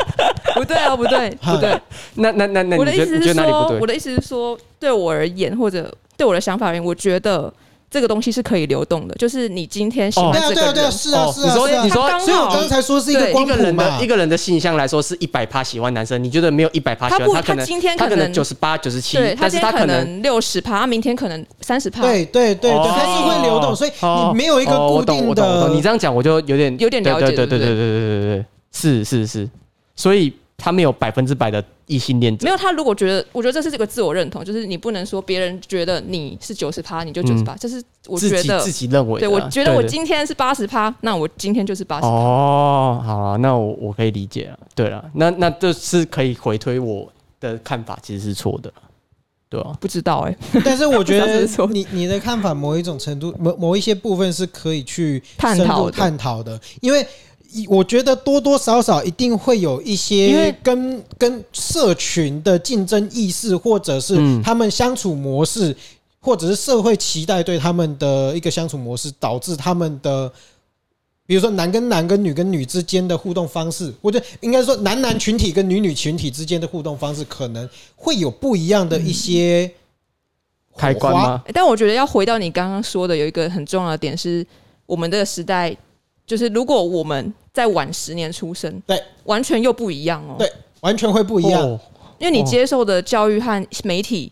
不对哦，不对， 不对。那那那那，我的你意觉思得你觉是得哪里说不，对我？的意思是说，对我而言，或者对我的想法而言，我觉得这个东西是可以流动的。就是你今天喜哦欢对啊，这对个啊，对啊，人，是啊，哦是啊。你说是啊你说他刚所以我好刚才说是一个对光一个谱人的嘛一，个人的性向来说是一百趴喜欢男生，你觉得没有一百趴喜欢不，他可能今天他可能能九十八九十七对，他但是今他天可能能六十趴，他明天可能三十趴，，对对对对，哦它是会流动，所以哦你没有一个哦固我懂定我懂我的懂。你这样讲我就有点有点了对解对对对不对对对对对对，是是是，所以他没有百分之百的异性恋者没。有他如果觉得，我觉得这是这个自我认同，就是你不能说别人觉得你是九十趴，你就九十趴，这是我嗯自觉己得，自己认为的对啊，我觉得我对对今天是八十趴，那我今天就是八十。哦，好啊，那我我可以理解了。对了，那那就是可以回推我的看法，其实是错的，对啊，不知道哎、 但是我觉 我得想说你你的看法，某一种程度，某某一些部分是可以去探深讨入的探讨的，因为我觉得多多少少一定会有一因些为跟跟社群的竞争意识，或者是嗯他们相处模式。或者是社会期待对他们的一个相处模式，导致他们的，比如说男跟男跟女跟女之间的互动方式，或者应该说男男群体跟女女群体之间的互动方式，可能会有不一样的一些嗯火花开关？吗？欸但我觉得要回到你刚刚说的，有一个很重要的点是，我们这个时代就是如果我们在晚十年出生，对，完全又不一样哦。对完全会不一样，哦因为你接受的教育和媒体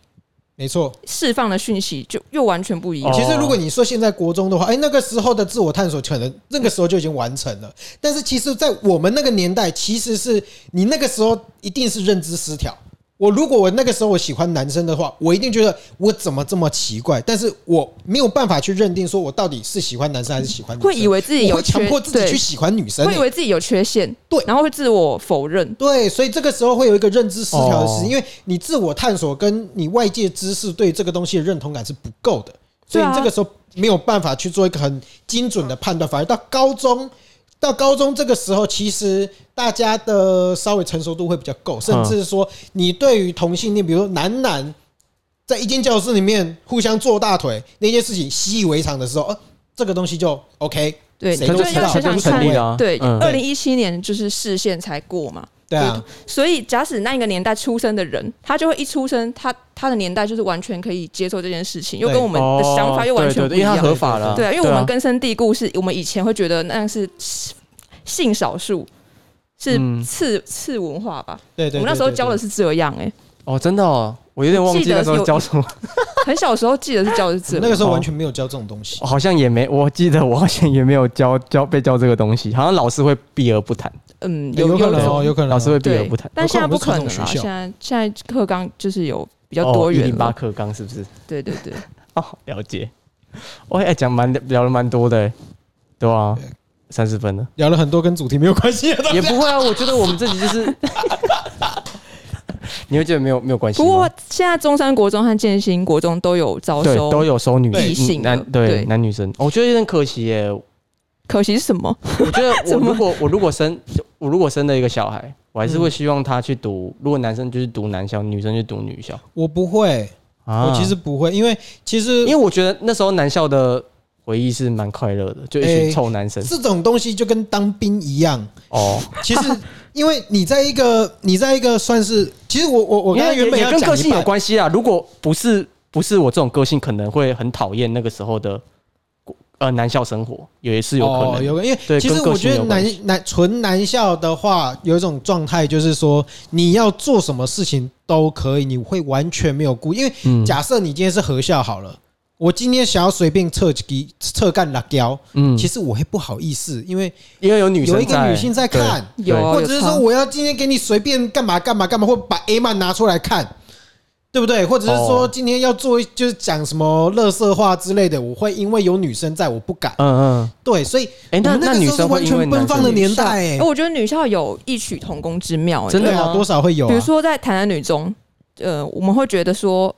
没错。释放的讯息就又完全不一样。哦其实，如果你说现在国中的话，哎、那个时候的自我探索可能那个时候就已经完成了。但是，其实，在我们那个年代，其实是你那个时候一定是认知失调。我如果我那个时候我喜欢男生的话，我一定觉得我怎么这么奇怪，但是我没有办法去认定说我到底是喜欢男生还是喜欢女生，会以为自己我有会强缺迫自己对去喜欢女生、欸会以为自己有缺陷，对然后会自我否认。对，所以这个时候会有一个认知失调的事，哦因为你自我探索跟你外界知识对这个东西的认同感是不够的，所对以啊你这个时候没有办法去做一个很精准的判断，反而到高中。到高中这个时候，其实大家的稍微成熟度会比较够，甚至说你对于同性恋，比如说男男在一间教室里面互相坐大腿那件事情习以为常的时候，呃，这个东西就 OK，对，谁就都是知道要这想想就看成立了啊，对，嗯二零一七年就是视线才过嘛，对啊，所以假使那一个年代出生的人，他就会一出生，他他的年代就是完全可以接受这件事情，又对跟我们的想法又完全哦对不对一因为样。它合法了，对啊，因为我们根深蒂固是，我们以前会觉得那是性少数，是嗯次、次文化吧。对对。我们那时候对对教的是这样、欸，哦，真的哦，我有点忘记那时候教 什么，，很小时候记得是教的是这对样。 那个时候完全没有教这种东西好像也没，我记得我好像也没有教教被教这个东西，好像老师会避而不谈，嗯，有可有能哦，有可能哦老师会避而对不谈，。但现在不可能何况我了。们是传统学校哦现在现在课纲就是有比较多元哦零八了。课纲是不是？对对对，哦，了解。我哎，讲蛮聊了蛮多的、对啊，三十分了，聊了很多跟主题没有关 系的东也西。不会啊。我觉得我们这集 就是，你会觉得没有没有关系不吗，过现在中山国中和建新国中都有招对收，都有收女异性的男对对男女生，我觉得有点可惜耶、可惜是什么？我觉得我 怎么嗯如果我如果生我如果生了一个小孩，我还是会希望他去读，如果男生就是读男校，女生就读女校我不会，啊我其实不会，因为其实因为我觉得那时候男校的回忆是蛮快乐的，就一群诶臭男生、这种东西就跟当兵 一样，哦。其实因为你在一个你在一个算是，其实我我我刚才因为原本也要也跟讲个一性有半，关系啦。如果不是不是我这种个性，可能会很讨厌那个时候的呃男校生活，也是有可能。哦，有个因对为其实跟个我性觉得有关系男男纯男校的话，有一种状态就是说你要做什么事情都可以，你会完全没有顾，因为嗯假设你今天是合校好了，我今天想要随便侧击侧干辣椒，嗯其实我会不好意思，因为因为有女生有一个在女性在对看对有哦或者是差说我要今天给你随便干嘛干嘛干嘛，或把 A 漫拿出来看，对不对？或者是说哦今天要做一就是讲什么乐色话之类的，我会因为有女生在，我不敢。嗯嗯，对，所以哎、我那们那那个女时候是生会完因为全奔男放生的的年代，哎哎我觉得女校有异曲同工之妙、哎真的对啊，吗多少会有比如啊。说在台南女中，呃，我们会觉得说，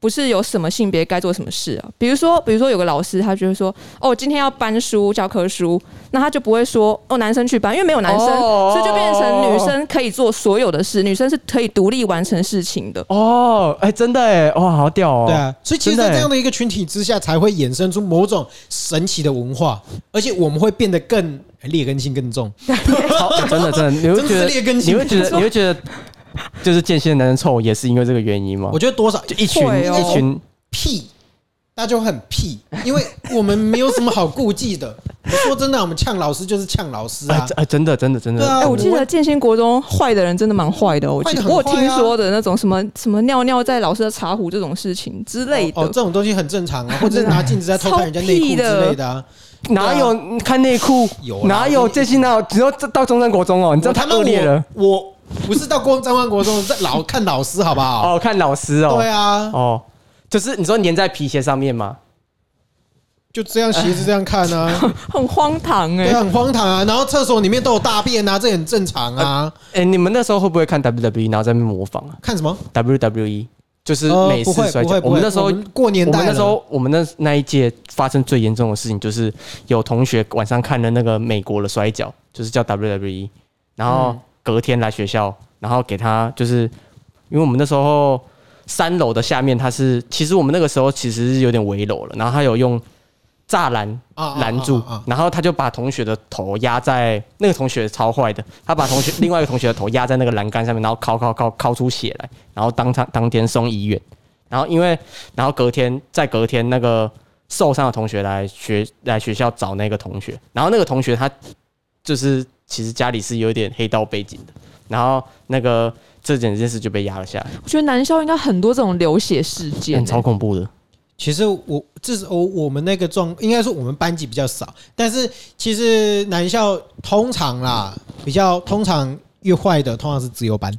不是有什么性别该做什么事啊。比如说，比如说有个老师，他就会说，哦，今天要搬书教科书，那他就不会说，哦，男生去搬，因为没有男生，哦所以就变成女生可以做所有的事，女生是可以独立完成事情的。哦，哎、真的哎，哇，好屌哦！对啊，所以其实，真的在这哎样的一个群体之下，才会衍生出某种神奇的文化，而且我们会变得更呃劣根性更重。哦 好，真的真的，你会真觉是得劣根你性会觉 得你会觉得就是间歇男生臭也是因为这个原因吗我？觉得多少就一群会哦一群屁，大家就很屁，因为我们没有什么好顾忌的。 我说真的，啊我们呛老师就是呛老师哎啊真，哎，真的真的真对啊的，哎、我我记得建新国中坏的人真的蛮坏的哦，我坏记得得、很我有坏听啊说的那种什么什么尿尿在老师的茶壶这种事情之哎类的。哦，这种东西很正常 啊，或者是拿镜子在偷看人家内裤之类的啊。哪有看内裤？有啦哪有间歇哪有？只有这到中山国中哦，你知道我太他妈恶劣了。我我不是到光张万国中，在老看老师好不好？哦，看老师哦，对啊，哦，就是你说粘在皮鞋上面吗？就这样斜着这样看 啊，很荒唐哎、对啊，很荒唐啊。然后厕所里面都有大便啊，这很正常啊。哎、你们那时候会不会看 WWE，然后在那边模仿啊看什么？ ？WWE 就是呃美，不式会摔不跤会，。我不会们那时候我，们过年我代们那时了候，我们那那一届发生最严重的事情，就是有同学晚上看了那个美国的摔跤，就是叫 E，WWE，然后隔天来学校，然后给他就是，因为我们那时候三楼的下面，它是其实我们那个时候其实是有点围楼了，然后他有用栅栏啊拦住啊啊啊，然后他就把同学的头压在那个同学超坏的，他把同学另外一个同学的 头压在那个栏杆上面，然后敲敲敲敲出血来，然后当场当天送医院，然后因为然后隔天再隔天那个受伤的同学来学来学校找那个同学，然后那个同学他就是其实家里是有点黑道背景的，然后那个这整件事就被压了下来，我觉得南校应该很多这种流血事件、欸哦嗯超恐怖的。其实我至少我我们那个状，应该说我们班级比较少，但是其实男校通常啦，比较通常越坏的通常是自由班，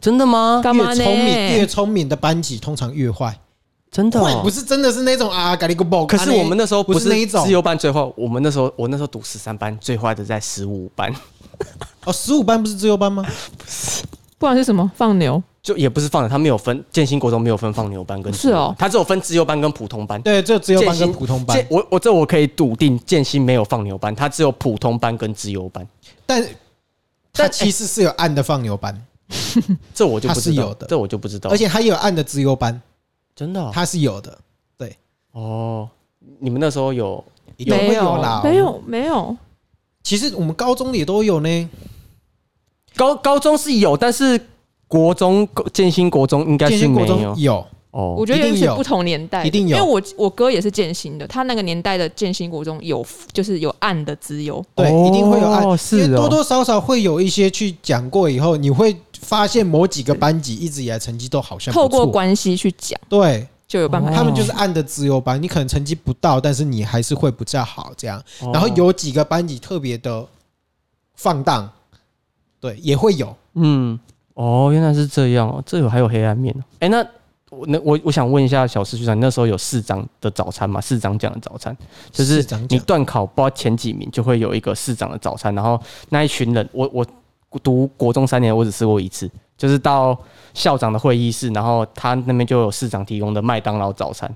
真的吗？干越嘛呢？聪明越聪明的班级通常越坏，真的、坏哦不。是真的是那种啊咖喱个爆，可是我们那时候不是那一种自由班最坏，我们那时候我那时候读十三班，最坏的在十五班，哦，十五班不是自由班吗？不然是什么放牛？就也不是放的，他没有分建新国中没有分放牛班跟是哦他只有分自由班跟普通班。对，只有自由班建跟新普通建班，我我这我可以笃定，建新没有放牛班，他只有普通班跟自由班，但它但其实是有暗的放牛班，这我就不知道，他是有的这我就不知道，而且它也有暗的自由班，真的哦它是有的，哦，你们那时候有一定没会啦，哦没。有，没有。其实我们高中也都有呢，高高中是有，但是国中建新国中应该建是新国没中有有，哦我，觉得一定也许有不同年代的一定有因为我我哥也是建新的，他那个年代的建新国中有就是有暗的资优，对，哦一定会有暗，是因为多哦多少少会有一些去讲过以后，你会发现某几个班级一直以来成绩都好像不透过错关系去讲对就有办法。哦他们就是暗的自由班，你可能成绩不到，但是你还是会比较好这样。然后哦有几个班级特别的放荡，对，也会有。嗯，哦，原来是这样哦，这有还有黑暗面哦。哎、那我那我我想问一下小施局长，你那时候有市长的早餐吗？市长讲的早餐，就是市长你讲段考不知道前几名就会有一个市长的早餐，然后那一群人，我我读国中三年，我只吃过一次，就是到校长的会议室，然后他那边就有市长提供的麦当劳早餐。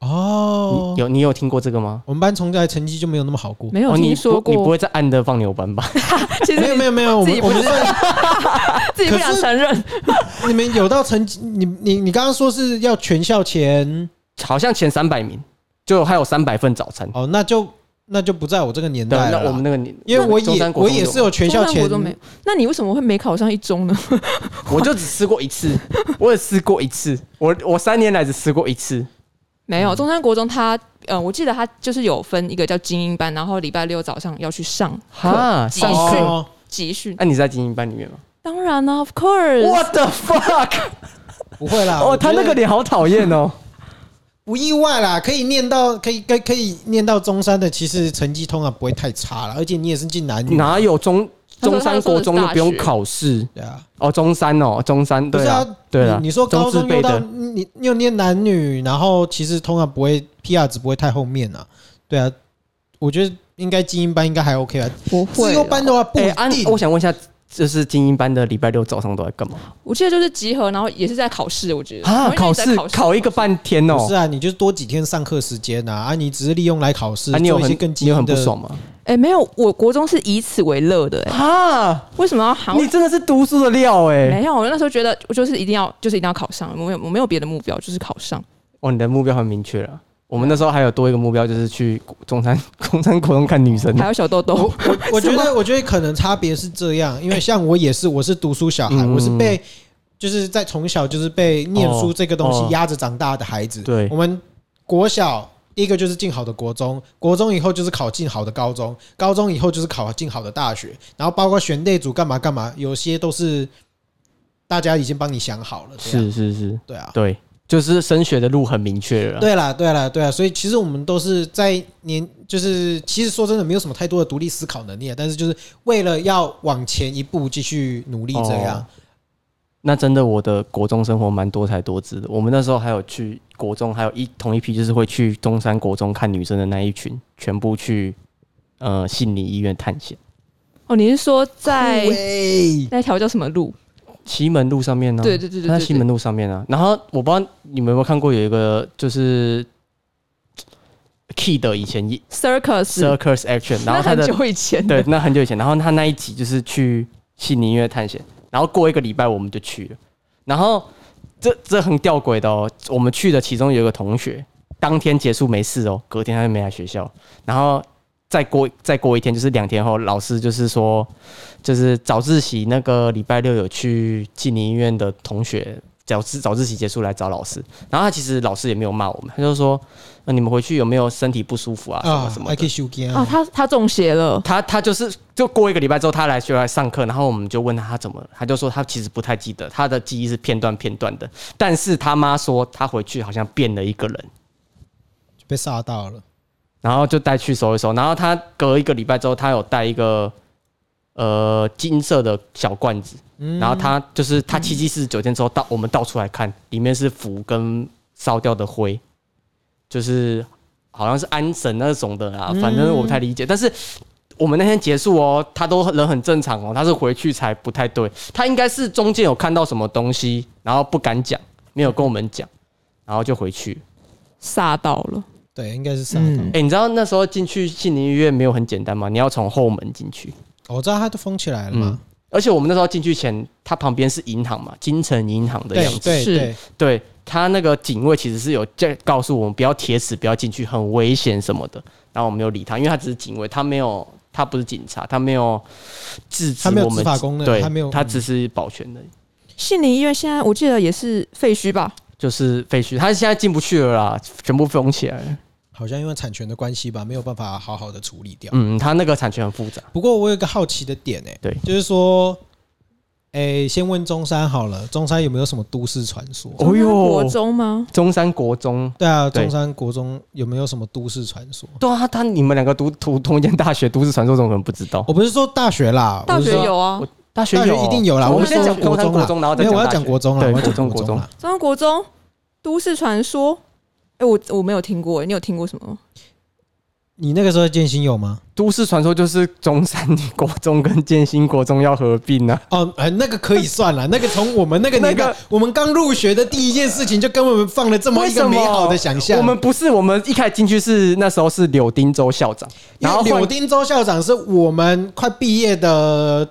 哦你，有你有听过这个吗？我们班从来成绩就没有那么好过。没有哦，你听说不你不过，会在暗的放牛班吧？ 其实 没有没有有没有，我们自己我不们知道，自己不想可是承认。你们有到成绩，你你你刚刚说是要全校前好像前三百名就还有三百份早餐。哦，那就那就不在我这个年对，代了那啦。我们那个年，因为我中山也国我中也有是有全校中山 前国中没有，那你为什么会没考上一中呢？我就只吃过一 次，我只吃过一次，我我三年来只吃过一次。嗯没有，中山国中他呃，我记得他就是有分一个叫精英班，然后礼拜六早上要去上课哈，上上课课？哦， 集训。那、你是在精英班里面吗当然啦、o f course， ？What the fuck！不会啦。哦，我他觉那得个脸好讨厌哦。不意外啦，可以念到可以可以可以念到中山的，其实成绩通常不会太差了，而且你也是进南女，哪有中他说中山国中就不用考试？对啊，哦，中山哦，中山不对是啊，对啊。你你说高中字中又辈到的，你你又念男女，然后其实通常不会 PR 值不会太后面啊，对啊，我觉得应该精英班应该还 OK 吧，不自会由班啦。的话不一哎、安，定，我想问一下，就是精英班的礼拜六早上都在干嘛我记得就是集合，然后也是在考试，我觉得啊？考试考一个。好像也在半天哦不是。啊，你就多几天上课时间啊，啊，你只是利用来考试，啊，你有做一很些更你精有英很不的。爽吗？哎、没有，我国中是以此为乐的、哎，啊，为什么要喊我你？真的是读书的料哎、没有，我那时候觉得我就是一定要，就是一定要考上，我没有，我没有别的目标，就是考上。哦，你的目标很明确了。我啊们那时候还有多一个目标，就是去中山 中山国中看女 生。还有小豆豆，哦我我哎我觉什得，我觉得可能差别是这样，因为像我也是，我是读书小孩，嗯我是被就是在从小就是被念书这个东哦哦西压着长大的孩子。对我们国小第一个就是进好的国中，国中以后就是考进好的高中，高中以后就是考进好的大学，然后包括选内组干嘛干嘛，有些都是大家已经帮你想好了，这样是是是，对啊。对，就是升学的路很明确了。，对啦，对啦，对啦，啊所以其实我们都是在年，就是其实说真的，没有什么太多的独立思考能力啊，但是就是为了要往前一步继续努力这样。哦那真的我的国中生活蛮多才多姿的。我们那时候还有去国中，还有一同一批就是会去中山国中看女生的那一群，全部去呃信里医院探险，哦，你是说在欸喂，那条叫什么路？西门路上面呢、对对对对他对在西门路上面啊。然后我不知道你们有没有看过，有一个就是。Key 的以前 Circus， Circus Action，然那后他很的久以前的对，那很久以前，然后他那一集就是去悉尼音乐探险，然后过一个礼拜我们就去了，然后这这很吊诡的哦。我们去的其中有一个同学，当天结束没事哦，隔天他就没来学校。然后再过再过一天，就是两天后，老师就是说，就是早自习那个礼拜六有去济宁医院的同学，早自早自习结束来找老师。然后他其实老师也没有骂我们，他就说：“那、你们回去有没有身体不舒服啊？什么啊什，么还可的以。修改哦，啊，他他中邪了，他他就是就过一个礼拜之后，他来学校来上课，然后我们就问他他怎么了，他就说他其实不太记得，他的记忆是片段片段的。但是他妈说他回去好像变了一个人，就被吓到了。然后就带去搜一搜，然后他隔一个礼拜之后，他有带一个呃金色的小罐子，然后他就是他七七四十九天之后到我们倒出来看，里面是符跟烧掉的灰，就是好像是安神那种的啦，反正我不太理解，但是。我们那天结束哦，他都人很正常哦，他是回去才不太对，他应该是中间有看到什么东西，然后不敢讲，没有跟我们讲，然后就回去了。吓到了。对，应该是吓到哎、。你知道那时候进去杏林医院没有很简单吗？你要从后门进去，哦我知道他都封起来了嘛，而且我们那时候进去前，它旁边是银行嘛，金城银行的对样子。对是对，对，他那个警卫其实是有在告诉我们不要铁齿，不要进去，很危险什么的。然后我们有理他，因为他只是警卫，他没有，他不是警察，他没有制止他没有我们执法功能对，他没有他只是保全的，杏林医院现在我记得也是废墟吧？就是废墟。他现在进不去了啦，全部封起来了。好像因为产权的关系吧，没有办法好好的处理掉。嗯，他那个产权很复杂。不过我有一个好奇的点诶、对就是说，诶、先问中山好了，中山有没有什么都市传说？哦呦国中吗？中山国中，对啊，对中山国中有没有什么都市传说？对啊，他他你们两个读读同一间大学，都市传说怎么可能不知道？我不是说大学啦，大我是学说，有啊，大学大哦学一定有啦。我我们是先说哦讲中山中国啦，中，然后再没有，我要大讲学国中啦，啊对我要国中讲国中中啦。中央国中都市传说。哎、我我没有听过、你有听过什么？你那个时候在建新有吗？都市传说就是中山国中跟建新国中要合并 啊，哦，哎，那个可以 算了，那个从我们那个年代，那个我们刚入学的第一件事情，就跟我们放了这么为一什个么美好的想象。我们不是，我们一开始进去是那时候是柳丁州校长，然然后后柳换丁周校长是我们快毕业的，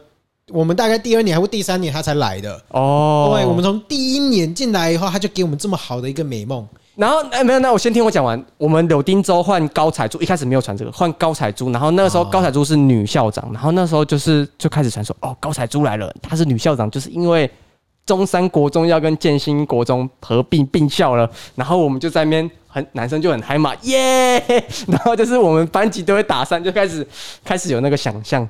我们大概第二年还或第三年他才来的。哦，对，我们从第一年进来以后，他就给我们这么好的一个美梦。然后哎、没有，那我先听我讲完。我们柳丁州换高彩珠，一开始没有传这个，换高彩珠。然后那个时候哦高彩珠是女校长，然后那时候就是就开始传说哦，高彩珠来了，她是女校长，就是因为中山国中要跟建新国中合并并校了。然后我们就在那边很男生就很嗨嘛，耶！ 然后就是我们班级都会打散，就开始开始有那个想象。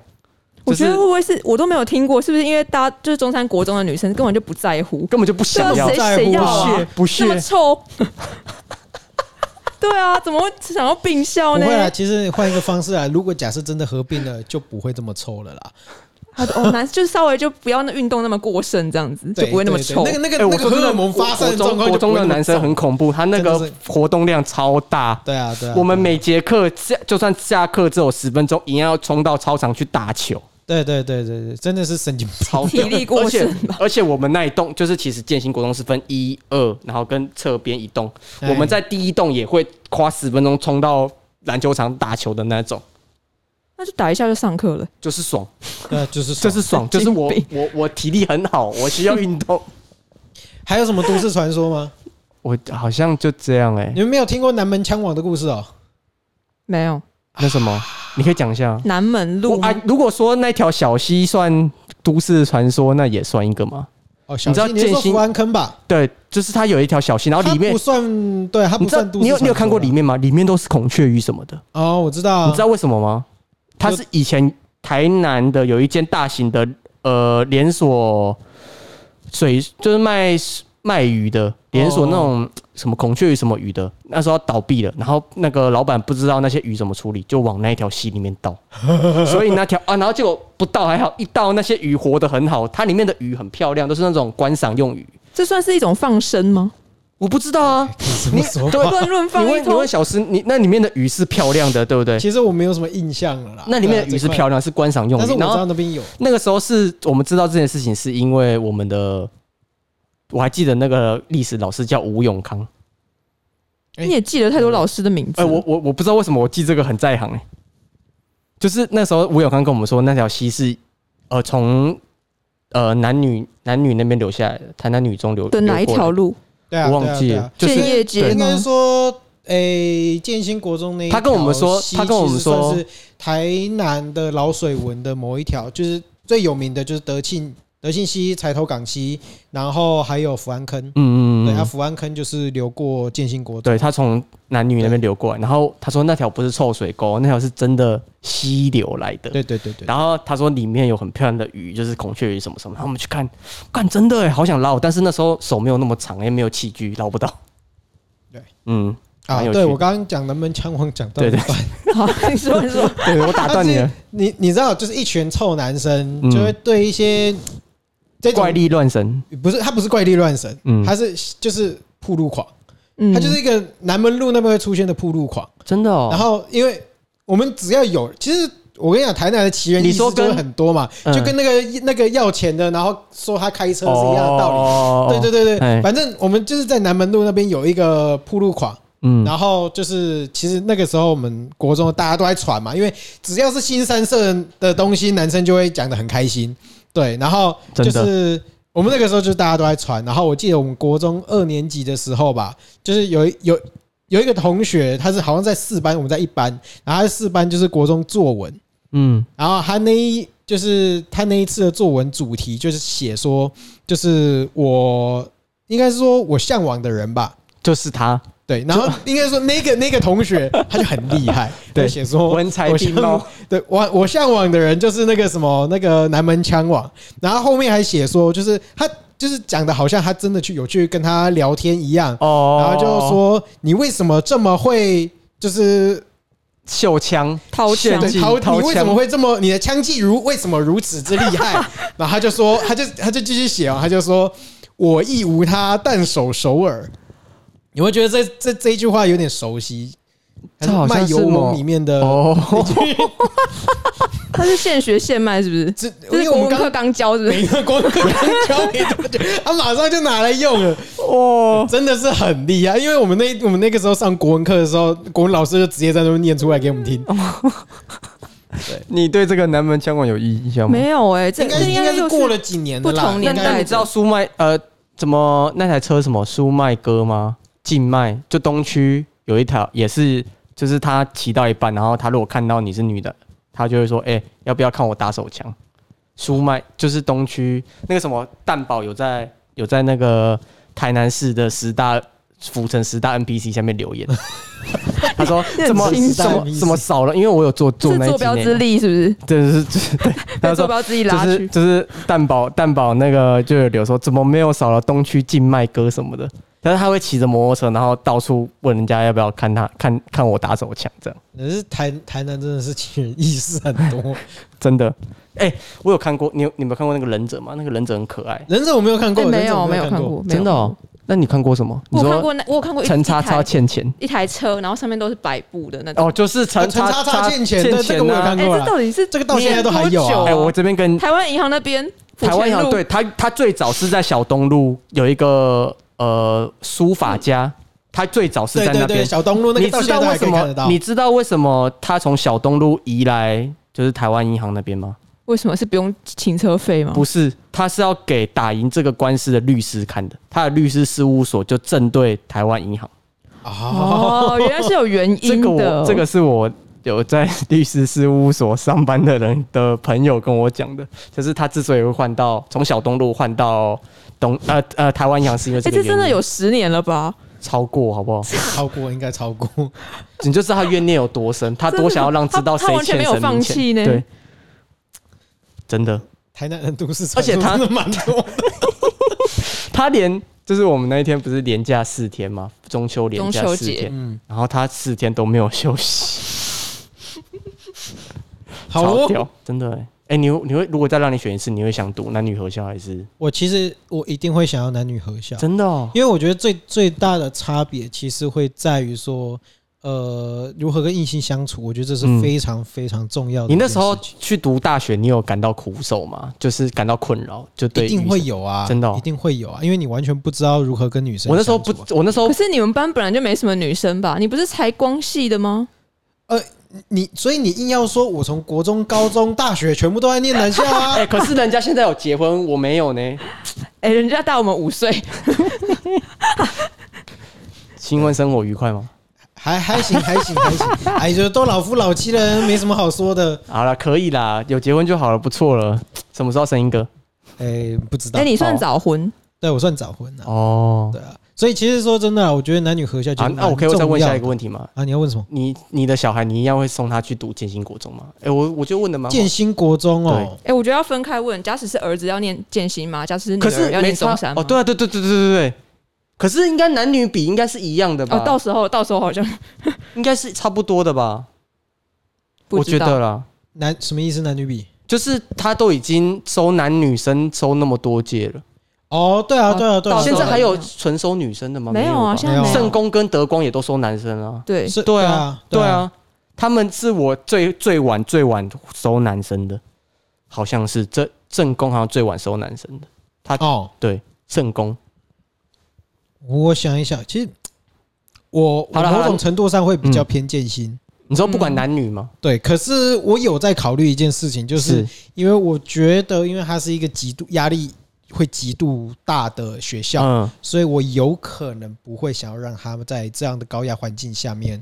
我就是觉得会不会是我都没有听过？是不是因为大家就是中山国中的女生根本就不在乎，根本就不想对要啊谁谁要啊？哦不那屑，么臭？ 对啊，怎么会想要并不校呢会？啦，其实换一个方式啊，如果假设真的合并了，就不会这么臭了啦，他哦，男就是稍微就不要那运动那么过剩，这样子就对不会那么对对臭。那个那哎个那个荷尔蒙发国散中的状况国就不中会的那么男生臭很恐怖，他那真的个是活动量超大。对啊对啊，我们每节课下就算下课只有十分钟，一样要冲到操场去打球，对对对对对，真的是神经病。超体力过而且剩吧哦而且我们那一栋就是其实建新国中是分一二，然后跟侧边一栋，哎我们在第一栋也会花十分钟冲到篮球场打球的那种，那就打一下就上课了。就是爽， 对啊，就是就爽是爽，就是我我我体力很好，我需要运动。还有什么都市传说吗？我好像就这样哎、你们没有听过南门枪网的故事哦？没有那什么，你可以讲一下。南门路我啊，如果说那条小溪算都市传说，那也算一个吗？哦，小你知道心你是建说新福安坑吧？对，就是它有一条小溪，然后它里面不算，对，它你不知道算都市你有你有传看过说啦啊里面吗？里面都是孔雀鱼什么的，哦，我知道啊，你知道为什么吗？它是以前台南的有一间大型的呃连锁水，就是卖卖鱼的连哦锁那种什么孔雀鱼什么鱼的，那时候倒闭了，然后那个老板不知道那些鱼怎么处理，就往那一条溪里面 倒，所以那条啊，然后结果不倒还好，一倒那些鱼活得很好，它里面的鱼很漂亮，都是那种观赏用鱼。这算是一种放生 吗？我不知道 啊，什你么说？对乱乱放你一问你通问，小诗，你那里面的鱼是漂亮的，对不对？其实我没有什么印象了啦。那里面的鱼是漂亮，亮，是观赏用但是鱼。我知然道后那边有那个时候是我们知道这件事情，是因为我们的，我还记得那个历史老师叫吴永康。哎你也记得太多老师的名字。哎、我我我不知道为什么我记这个很在行哎、就是那时候吴永康跟我们说，那条溪是呃从呃男女男女那边留下来的，台南女中留的哪一？流条路？对啊，过来我对啊忘记对啊了，就是建业街应该吗是？说，诶、建新国中那一他跟我们说条溪他跟我们说其实算是台南的老水文的某一条，就是最有名的就是德庆德庆溪、柴头港溪，然后还有福安坑。嗯嗯对，嗯啊，嗯，福安坑就是流过建新国中。对他从男女那边流过来，然后他说那条不是臭水沟，那条是真的溪流来的。对对对对，然后他说里面有很漂亮的鱼，就是孔雀鱼什么什么。然后我们去看，干真的哎，好想捞，但是那时候手没有那么长，也没有器具，捞不到。对，嗯，啊蛮，有趣对的我刚刚讲能不能枪王讲到对一对半，好，你说你说，对我打断 你了，你你知道，就是一群臭男生嗯就会对一些这种怪力乱神。不是他不是怪力乱神，嗯他是就是铺路狂，嗯，他就是一个南门路那边会出现的铺路狂。真的哦。然后因为我们只要有，其实我跟你讲，台南的奇人异你事说就会跟很多嘛，嗯就跟那个那个要钱的，然后说他开车是一样的道理。哦对对对哎对，反正我们就是在南门路那边有一个铺路狂，嗯，然后就是其实那个时候我们国中大家都在传嘛，因为只要是新三色的东西，男生就会讲的很开心。对，然后就真是我们那个时候就大家都在传，然后我记得我们国中二年级的时候吧，就是有一有有一个同学，他是好像在四班，我们在一班，然后他四班就是国中作文，嗯然后他那一就是他那一次的作文主题就是写说，就是我应该是说我向往的人吧，就是他对，然后应该说那个那个同 学他就很厉害，对他写说文采并我茂向。对我我向往的人就是那个什么那个南门枪王，然后后面还写说就是他就是讲的好像他真的去有去跟他聊天一样，哦，然后就说你为什么这么会就是秀枪掏陷枪阱对掏你为什么枪，会这么你的枪技如为什么如此之厉 害？然后他就说他就他就继续写哦，他就说我亦无他，但守首尔。你会觉得这这这一句话有点熟悉，这好像还是是卖油某蒙里面的哦， 他是现学现卖是不是？这这因为是国我们文课刚刚教是不是？每个光刻教你多久，他马上就拿来用了，哦，真的是很厉害。因为我们那我们那个时候上国文课的时候，国文老师就直接在那边念出来给我们听。哦你对这个南门枪管有印象吗？没有哎，这应该这是应该就是过了几年的啦，不同年应该那代你的知道苏麦呃怎么那台车什么苏麦哥吗？静脉就东区有一条也是，就是他骑到一半，然后他如果看到你是女的，他就会说：“哎、要不要看我打手枪？”苏麦就是东区那个什么蛋堡有在有在那个台南市的十大府城十大 NPC 下面留言， 他 说：“你很怎么清楚怎么怎么少了？因为我有做做是那一坐集标内之容，力是不是？对是就是对，他被坐说标之力就拉是去，就是蛋堡蛋堡那个就有留说，怎么没有少了东区静脉哥什么的？但是他会骑着摩托车，然后到处问人家要不要看他看看我打手枪，这样可是台台南真的是奇人异事很多， 真的。哎、我有看过，你有你有没有看过那个忍者吗？那个忍者很可爱，忍者我没有看过，哎没忍者有我没有有看过。过，没有真的、哦。那你看过什么？你我有看说过那我有看过一陈叉叉一台欠钱一台车，然后上面都是白布的那种。哦，就是陈陈叉叉叉欠钱欠对这个我有看啊过哎，啦这到底是这个到现在都还有多久啊哎、我这边跟台湾银行那边，台湾府前有路对他，他最早是在小东路有一个呃书法家，他最早是对在对那对，边。小东路那你个到知现在道都为还可什以看得么到？？你知道为什么他从小东路移来就是台湾银行那边吗？为什么是不用停车费吗？不是，他是要给打赢这个官司的律师看的。他的律师事务所就正对台湾银行。哦，哦，原来是有原这因个的我。这个是我有在律师事务所上班的人的朋友跟我讲的，就是他之所以会换到从小东路换到东呃呃台湾银行，是因为哎，这个这原因。真的有十年了吧？超过好不 好？超过应该超过， 你就知道他怨念有多深，他多想要让知道谁他他完全欠没有谁放明弃钱。呢对，真的，台南人都市而且他传说真的蛮 多的。他连就是我们那一天不是连假四天吗？中秋连假中秋四节天，嗯，然后他四天都没有休息，好超哦，屌，真的、欸。哎、你会你会如果再让你选一次，你会想读男女合校还是我其实我一定会想要男女合校，真的、哦？因为我觉得最最大的差别其实会在于说，呃，如何跟异性相处，我觉得这是嗯非常非常重要的你一件那事时情。候去读大学，你有感到苦受吗？就是感到困扰，就对一定于会有啊，真的哦一定会有啊，因为你完全不知道如何跟女生。啊我那时候不，，我那时候可是你们班本来就没什么女生吧？你不是才光系的吗？你所以你硬要说我从国中、高中、大学全部都在念男校 啊哎、？可是人家现在有结婚，我没有呢。哎、人家大我们 五岁，新婚生活愉快吗？还还行，还行，还行。哎，就都老夫老妻了，没什么好说的。好了，可以啦，有结婚就好了，不错了。什么时候生一个？哎，不知道。哎、你算早婚，对我算早婚了、哦，对啊。所以其实说真的啊，我觉得男女合校就啊，那我可以再问下一个问题吗？啊，你要问什么？你你的小孩，你一样会送他去读建新国中吗？哎、我我就问的蛮好建新国中哦，哎、我觉得要分开问。假使是儿子要念建新吗？假使是女可是儿要没念差中山吗哦，对啊，对对对对对对。可是应该男女比应该是一样的吧？哦，到时候到时候好像应该是差不多的吧？不我知觉道。得啦，男什么意思？男女比？就是他都已经收男女生收那么多届了，哦，对啊，哦对啊，对啊。到现对在啊还有纯收女生的吗？没有啊，吧现在没有圣公跟德光也都收男生啊。对，是，对对啊啊，，对，啊，他们是我最最晚最晚收男生的，好像是这正宫好像最晚收男生的，哦，对，正宫我想一想，其实我我好了好嗯某了种程度上会比较偏建新。你说不管嗯男女吗？对，可是我有在考虑一件事情，就是因为我觉得，因为它是一个极度压力会极度大的学校，嗯，所以我有可能不会想要让他们在这样的高压环境下面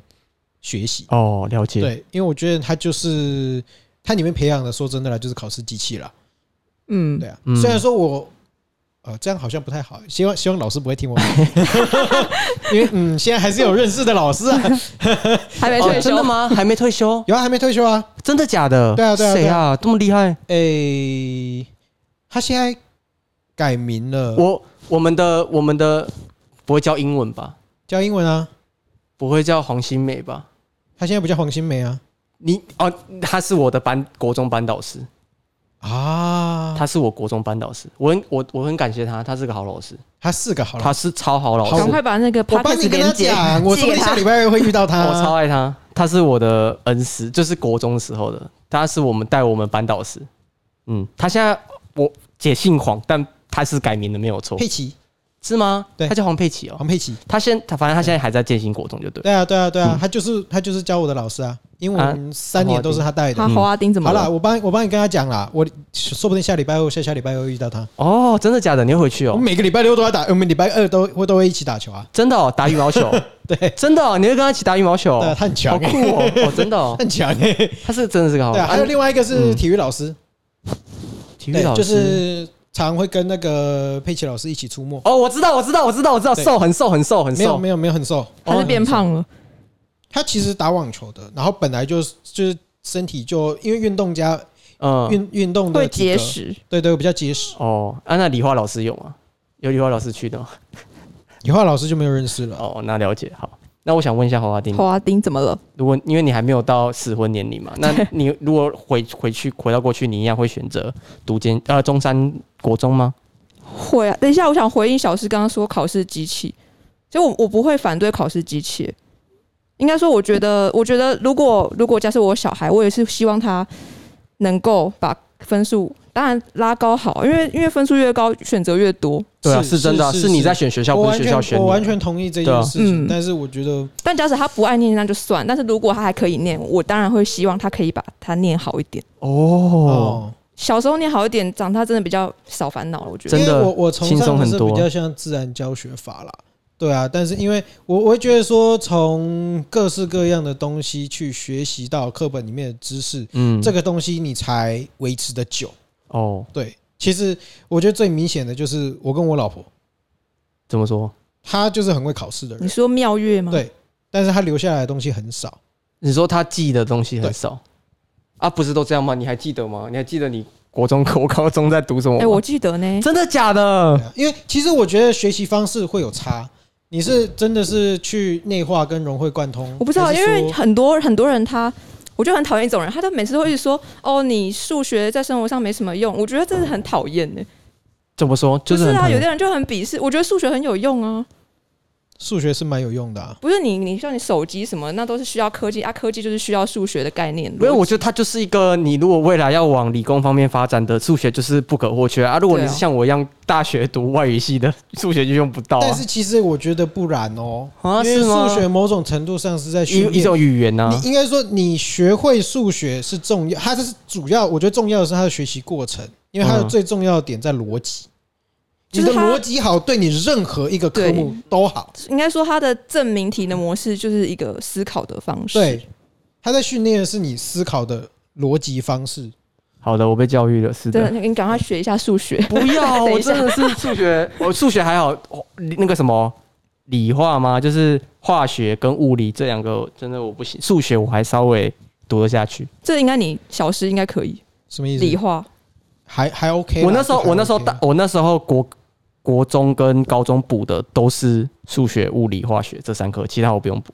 学习。哦，了解，对，因为我觉得他就是他里面培养的，说真的啦，就是考试机器啦。嗯对，啊，嗯虽然说我呃这样好像不太好，希望希望老师不会听我， 因为嗯现在还是有认识的老 师啊，还没退哦，休、真的？ 吗？还没退休？有啊还没退休啊，真的假的？对啊对啊谁对啊？这么厉害？诶、他现在改名了，我我们的我们的不会教英文吧？教英文啊，不会叫黄新美吧？他现在不叫黄新梅啊你哦，他是我的班国中班导师，啊，他是我国中班导师，我很我我很感谢他，他是个好老师，他四个好了，他是超好老师好赶，快把那个 p 我 o d 帮 c 你 a 跟他连接讲，我寄 说给不定下礼拜会遇到他，我超爱他，他是我的恩师，就是国中时候的，他是我们带我们班导师。嗯，他现在我姐姓黄，但他是改名的，没有错，佩奇，是吗？对他叫黄佩奇哦。黄佩奇，他现他反正他现在还在建新国中，就对了。对啊对啊对啊嗯，他就是他就是教我的老师啊，英文三好年啊都是他带的他。嗯侯阿丁怎么好了，了？我帮我帮你跟他讲啦，我说不定下礼拜或下下礼拜会遇到他。哦，真的假的？你会回去我哦们？每个礼拜六都要打，我们礼拜二都会都会一起打球啊。真的哦，打羽毛球？ 对，真的哦，你会跟他一起打羽毛球？对啊，他很好强酷欸，哦！哦，真的哦，很强欸。他是真的是个好 对啊，还有老师。另外一个是嗯体育老师，体育对，老就师。是常会跟那个佩奇老师一起出没。哦，我知道，我知道，我知道，我知道，对瘦，很瘦，很瘦，哦很没有瘦。没有没有很瘦，他是变胖了，他其实打网球的，然后本来就是就是身体就因为运动加嗯，运运动的会体格结，实。对对，比较结实。哦，啊，那理化老师有吗？有理化老师去的吗？以后老师就没有认识了。哦，那了解好。那我想问一下侯华丁侯，阿丁怎么了？如果因为你还没有到适婚年龄嘛，那你如果回回去回到过去，你一样会选择读间呃中山国中吗？会啊，等一下，我想回应小诗刚刚说考试机器，所以我我不会反对考试机器。应该说，我觉得，我觉得如果如果假设我有小孩，我也是希望他能够把分数当然拉高好，因为因为分数越高，选择越多。对啊，是真的啊、是你在选学校，我不是完学校选全你。我完全同意这对啊件事情，嗯但是我觉得但假使他不爱念，那就算；但是如果他还可以念，我当然会希望他可以把它念好一点。哦，哦，小时候念好一点，长大真的比较少烦恼了。我觉得真因的为我我崇轻松尚的很是多比较像自然教学法啦。对啊，但是因为我我会觉得说，从各式各样的东西去学习到课本里面的知识，嗯，这个个东西你才维持的久。哦，对，其实我觉得最明显的就是我跟我老婆，怎么说？她就是很会考试的你人，说妙月吗？对但是她留下来的东西很少。你说他记的东西很对少啊？不是都这样吗？你还记得吗？你还记得你国中、国高中在读什么吗？哎、我记得 呢。真的假的对？啊因为其实我觉得学习方式会有差，你是真的是去内化跟融会贯通，我不知道，还因是说为很多很多人他，我就很讨厌一种人，他就每次都会一直说：“哦，你数学在生活上没什么用。”我觉得真的很讨厌呢。怎么说？不就是很啊，疼有的人就很鄙视，我觉得数学很有用啊。数学是蛮有用的啊。不是你，你像你手机什么，那都是需要科技啊，科技就是需要数学的概念。因为逻辑我觉得它就是一个，你如果未来要往理工方面发展的，数学就是不可或缺啊。如果你对啊是像我一样大学读外语系的， 数学就用不到啊但是其实我觉得不然哦，啊，因为是吗数学某种程度上是在训一一练。种语言啊呢、你应该说，你学会数学是重要，它这是主要。我觉得重要的是它的学习过程，因为它的嗯最重要的点在逻辑。就你是的它逻辑好，对你任何一个科目都好。应该说它的证明题的模式就是一个思考的方式。，对，它在训练的是你思考的逻辑方式。好的，我被教育了，是真的的，。你赶快学一下数学。不 要，等我一下真的是数学，我数学还好，哦那个什么理化吗？就是化学跟物理这两个，真的我不行。数学我还稍微读得下去。这应该你小时应该可以，什么意理思？化还还 OK 啦。我那时候，这还我那时候 OK 大，我那时候国国中跟高中补的都是数学、物理、化学这三科，其他我不 用补。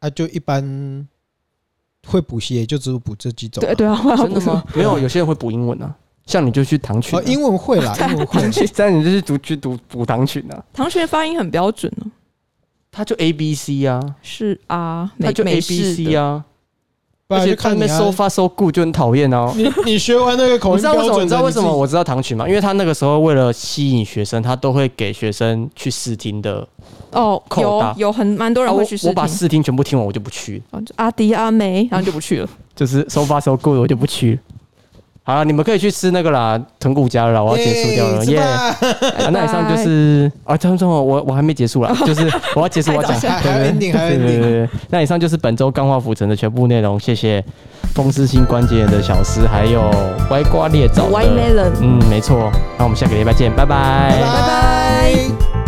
啊，就一般会补习，也就只有补这几种啊、对对啊，我要真的补充吗？没有，有些人会补英文啊，像你就去唐群、啊哦，，英文会啦，英文会。这样你就去读去读补唐群啊，唐学发音很标准哦，他就 A B C 啊，是啊，美他就 A 美 B 式的 C 啊，不而然且就他看那你、边 so 啊、far so good 就很讨厌哦。你你学完那个口你音知道标为什么？准，你知道为什么？我知道唐曲吗？因为他那个时候为了吸引学生，他都会给学生去试听的。哦，扣打有有很蛮多人啊会我去试我听把，试听全部听完，我就不去，然后就阿迪阿梅，然后就不去了。就是 so far so good，我就不去。好了，你们可以去吃那个啦，豚骨家了啦，我要结束掉哎了，耶、耶！ 啊那以上就是啊，张总，我我还没结束啦，就是我要结束，我要讲， 太早对了对对还有 ending，还有 ending 对对对对那以上就是本周钢化浮尘的全部内容，谢谢风湿性关节炎的小诗，还有歪瓜裂枣的 White melon 嗯，没错。那我们下个礼拜见，拜拜拜拜。